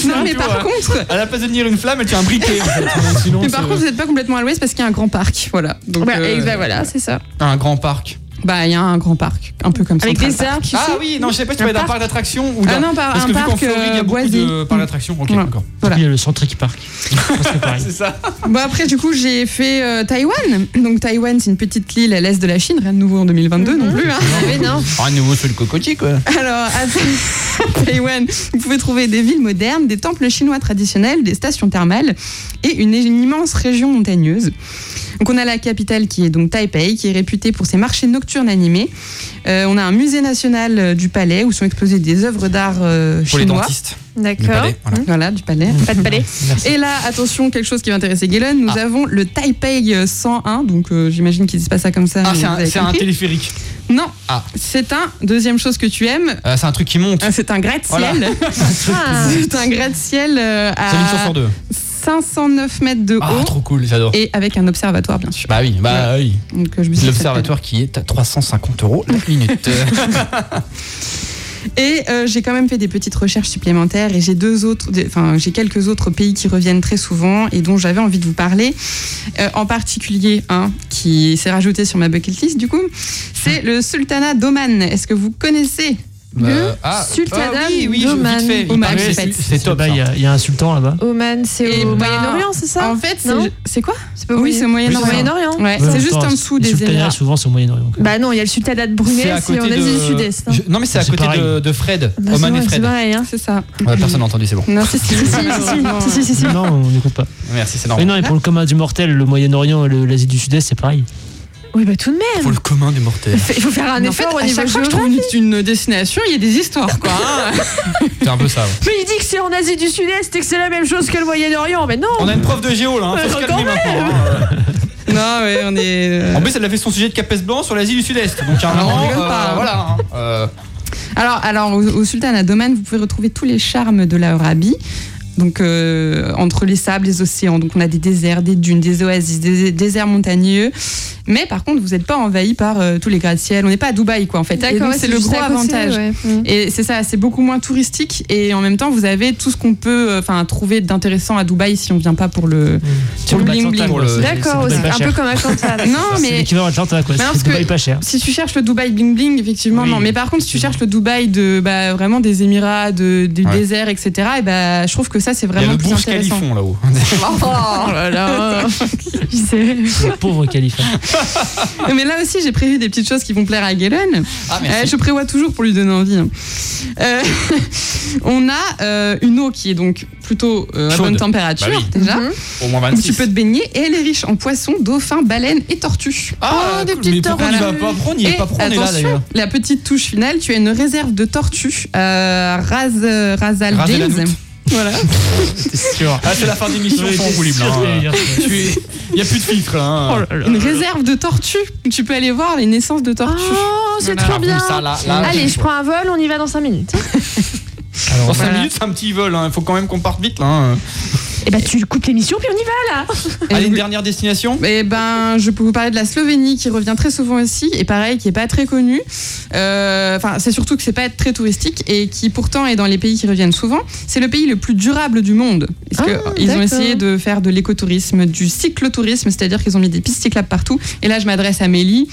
Non, mais par
Ouais.
contre,
À la place de tenir une flamme, elle tient un briquet. en fait. Euh, Sinon,
mais
c'est,
par contre, vous n'êtes pas complètement à l'ouest parce qu'il y a un grand parc, voilà. Donc,
Voilà,
euh,
et bah voilà, c'est ça.
euh, un grand parc.
Bah, il y a un grand parc, un peu comme ça.
Avec des arbres qui
Ah
sont.
oui, non, je sais pas si tu parlais d'un parc d'attraction ou d'un.
Ah non, par
parce
un
que vu qu'en
parc
Floride, il y a
euh,
beaucoup
boisé.
de parcs d'attraction. Ok,
Ouais.
d'accord.
Voilà.
Il y a le Centric Park. C'est pareil.
C'est ça.
Bon, après, du coup, j'ai fait euh, Taïwan. Donc, Taïwan, c'est une petite île à l'est de la Chine, rien de nouveau en 2022
Mhm.
non plus. Hein. Mais non. Ah,
Un Ah, nouveau sur le cocotier, quoi.
Alors, à Ta- Taïwan, vous pouvez trouver des villes modernes, des temples chinois traditionnels, des stations thermales et une, une immense région montagneuse. Donc, on a la capitale qui est donc Taipei, qui est réputée pour ses marchés nocturnes animés. Euh, on a un musée national euh, du palais où sont exposées des œuvres d'art euh,
Pour les
chinois.
dentistes. du
D'accord.
palais, voilà.
Voilà, du palais.
Pas de palais.
Merci.
Et là, attention, quelque chose qui va intéresser Galen, nous avons le Taipei 101, donc euh, j'imagine qu'ils disent pas ça comme ça.
Ah,
mais
c'est
vous
un,
avez
c'est un
compris.
téléphérique.
Non.
Ah.
C'est un, deuxième chose que tu aimes,
Euh, c'est un truc qui monte.
euh, c'est un gratte-ciel.
Voilà.
Ah.
C'est un gratte-ciel euh,
C'est une chance
à
sur deux.
509 mètres de haut
Ah, trop cool, j'adore.
et avec un observatoire, bien sûr.
Bah oui, bah oui.
Donc, euh, je me suis dit,
L'observatoire qui est à 350 euros la minute.
Et euh, j'ai quand même fait des petites recherches supplémentaires et j'ai deux autres, des- enfin j'ai quelques autres pays qui reviennent très souvent et dont j'avais envie de vous parler. Euh, en particulier un qui s'est rajouté sur ma bucket list du coup, c'est le Sultanat d'Oman. Est-ce que vous connaissez
Euh,
Sultanat
ah oui, oui, je-
d'Oman.
vite fait. il
Oman,
paraît,
c'est
c'est
fait.
c'est top.
Là-bas, bah, Il
ça.
y a- il y, a un sultan là-bas.
Oman, c'est
Eh
au
ben,
Moyen-Orient, c'est ça
En fait, c'est-
Non
c'est quoi
C'est pas au
Oui,
Moyen-
c'est au
c'est au
Moyen-Orient.
Moyen-Orient.
Ouais,
Ouais,
c'est juste
attends,
en dessous
les
des
sultanats,
Émirats.
souvent, c'est au Moyen-Orient. quand même.
Bah non, il y a le sultanat de
C'est
Brunei,
à
c'est
côté
en Asie du
de-
Sud-Est. hein.
Je- Non, mais c'est à
C'est
côté
pareil.
de, de Fred.
Bah, c'est
Oman et
vrai, C'est
Fred.
pareil, hein.
C'est ça.
Ouais, personne n'a entendu, c'est bon.
Non, c'est si,
Si,
si,
si, si, si, si, si.
Ah, Non, on n'écoute pas.
Merci, c'est
Mais
normal.
non, et pour le commun du mortel, le Moyen-Orient et le- l'Asie du Sud-Est, c'est pareil.
Oui, bah tout de même.
Pour le commun des mortels.
Il faut faire un
En fait,
effort au
à
niveau
chaque fois que je
géographique.
trouve une, une destination, il y a des histoires quoi. hein.
C'est un peu ça. ouais.
Mais il dit que c'est en Asie du Sud-Est et que c'est la même chose que le Moyen-Orient. Mais non
Ah.
On a une preuve de géo là, hein, faut se
Ouais,
calmer
quand
maintenant. hein.
non, ouais, on est. euh,
En plus, elle a fait son sujet de Capes Blanc sur l'Asie du Sud-Est. Donc, à un
Ah, on
moment,
rigole
euh,
pas, hein.
voilà. hein. Euh,
Alors, alors au, au Sultanat d'Oman, vous pouvez retrouver tous les charmes de l'Arabie. Donc, euh, entre les sables, les océans, donc on a des déserts, des dunes, des oasis, des déserts montagneux. Mais par contre, vous n'êtes pas envahi par euh, tous les gratte-ciel. On n'est pas à Dubaï, quoi, en fait. Et donc,
ouais,
c'est le
juste
gros
à côté,
avantage.
ouais.
Et c'est ça, c'est beaucoup moins touristique et en même temps vous avez tout ce qu'on peut euh, enfin trouver d'intéressant à Dubaï si on vient pas pour le
Sur
le bling
Atlanta,
bling.
quoi, c'est-
D'accord,
c'est
aussi.
Dubaï pas
un peu
cher.
comme Atlanta. d'accord.
Non
C'est
mais
l'équivalent Atlanta, quoi.
Mais non,
C'est
parce
Dubaï
que-
pas cher.
si tu cherches le Dubaï bling bling effectivement
Oui. Mm.
non mais par contre si tu cherches le Dubaï de bah, vraiment des Émirats de, du
Ouais.
désert etc et bah, je trouve que ça c'est
Il y a
vraiment
le
plus
Burj
intéressant
Califon là-haut.
Oh là là.
Je sais.
Le pauvre calife.
mais là aussi j'ai prévu des petites choses qui vont plaire à Galen
Ah,
Euh, je prévois toujours pour lui donner envie. hein. Euh, on a euh, une eau qui est donc plutôt euh, à
Chaude.
bonne température
Bah oui.
déjà.
Mhm.
Au moins
Où tu
26.
peux te baigner et elle est riche en poissons, dauphins, baleines et tortues.
Ah,
Oh, des
cool.
petites
Mais pourquoi on y va
tortues.
pas Pourquoi on y
Et
est pas Pourquoi on est là d'ailleurs
attention, la petite touche finale, tu as une réserve de tortues euh, Raz, euh, Ras Al
Ras El
Dins.
Hanout.
Voilà.
C'est sûr.
Ah, c'est la fin d'émission,
Ouais,
ils sont
c'est
roulibles.
sûr, j'allais dire ça.
hein. Il n'y a plus de filtre là. hein.
Oh là là.
Une réserve de tortues. Tu peux aller voir les naissances de tortues.
Oh, c'est
Voilà.
trop
Ah,
bien.
bon, ça, là, là,
Allez,
tu-
je prends un vol, on y va dans 5 minutes.
Dans 5
Voilà.
minutes, c'est un petit vol. hein. Il faut quand même qu'on parte vite là. hein.
Et bah tu coupes l'émission puis on y va là.
Et
Allez, une
oui.
dernière destination
Eh ben, je peux vous parler de la Slovénie qui revient très souvent aussi et pareil qui est pas très connue. Euh, Enfin, c'est surtout que c'est pas très touristique et qui pourtant est dans les pays qui reviennent souvent. C'est le pays le plus durable du monde parce que
Ah,
ils ont
d'accord.
essayé de faire de l'écotourisme, du cyclotourisme, c'est-à-dire qu'ils ont mis des pistes cyclables partout. Et là, je m'adresse à Mélie.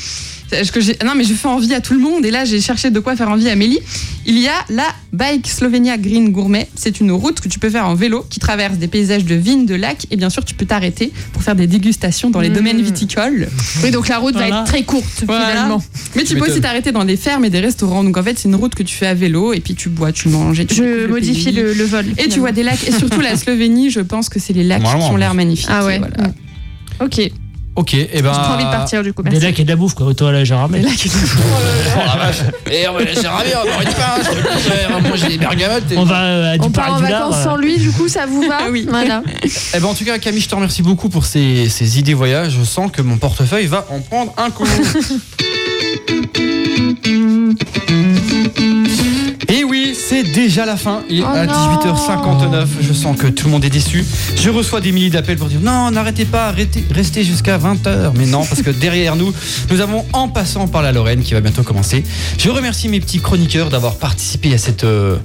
Parce que j'ai- non mais je fais envie à tout le monde et là j'ai cherché de quoi faire envie à Mélie. Il y a la Bike Slovenia Green Gourmet. C'est une route que tu peux faire en vélo qui traverse des paysages de vignes, de lacs et bien sûr tu peux t'arrêter pour faire des dégustations dans les
Mmh.
domaines viticoles.
Oui, donc la route va
Voilà.
être très courte
Voilà.
finalement.
Mais tu
Tu
peux aussi
m'étonnes.
t'arrêter dans des fermes et des restaurants. Donc en fait c'est une route que tu fais à vélo et puis tu bois, tu manges et tu découvres
Je
le
modifie
pays.
le, le vol.
Et tu vois des lacs et surtout la Slovénie, je pense que c'est les lacs
Normalement,
qui ont l'air magnifiques.
Ah ouais. Mm.
Voilà.
Ok, j'ai
Ok, et ben.
trop envie de partir du coup.
eh Des
Merci.
lacs et de la bouffe, quoi. Autant aller à Jaramel.
Oh la vache Et on va laisser ramer, on va avoir une pain, hein, je te le dis, on va manger des bergamotes. et-
On va euh, à
On
du
part en
Paris du Lard,
vacances
euh,
sans lui, du coup, ça vous va
Ah Oui.
Voilà.
Eh ben en tout cas Camille, je te remercie beaucoup pour ces, ces idées voyages. Je sens que mon portefeuille va en prendre un coup. Et oui, c'est déjà la fin. Il est
Oh
à
non.
18h59. Je sens que tout le monde est déçu. Je reçois des milliers d'appels pour dire non, n'arrêtez pas, arrêtez, restez jusqu'à 20h. Mais non, parce que derrière nous, nous avons en passant par la Lorraine qui va bientôt commencer. Je remercie mes petits chroniqueurs d'avoir participé à cette, euh,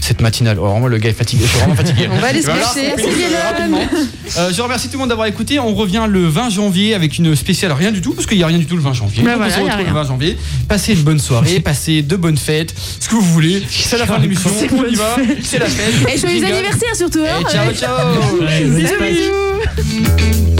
cette matinale. Oh, vraiment, le gars est fatigué. Je suis vraiment fatigué.
On va aller se
Voilà.
cacher.
Oui, rapidement. Euh, je remercie tout le monde d'avoir écouté. On revient le 20 janvier avec une spéciale rien du tout, parce qu'il n'y a rien du tout le 20 janvier.
Bah
Donc
voilà,
on se
il y a
retrouve le
rien.
20 janvier. Passez une bonne soirée, passez de bonnes fêtes, ce que vous voulez. C'est la fin de l'émission,
C'est
on
bonne
y va,
fête.
c'est la fête.
Et joyeux
Jingle.
anniversaire surtout. hein
Et ciao, ciao
Ouais, vous êtes
Bisous,
pas-
bisous.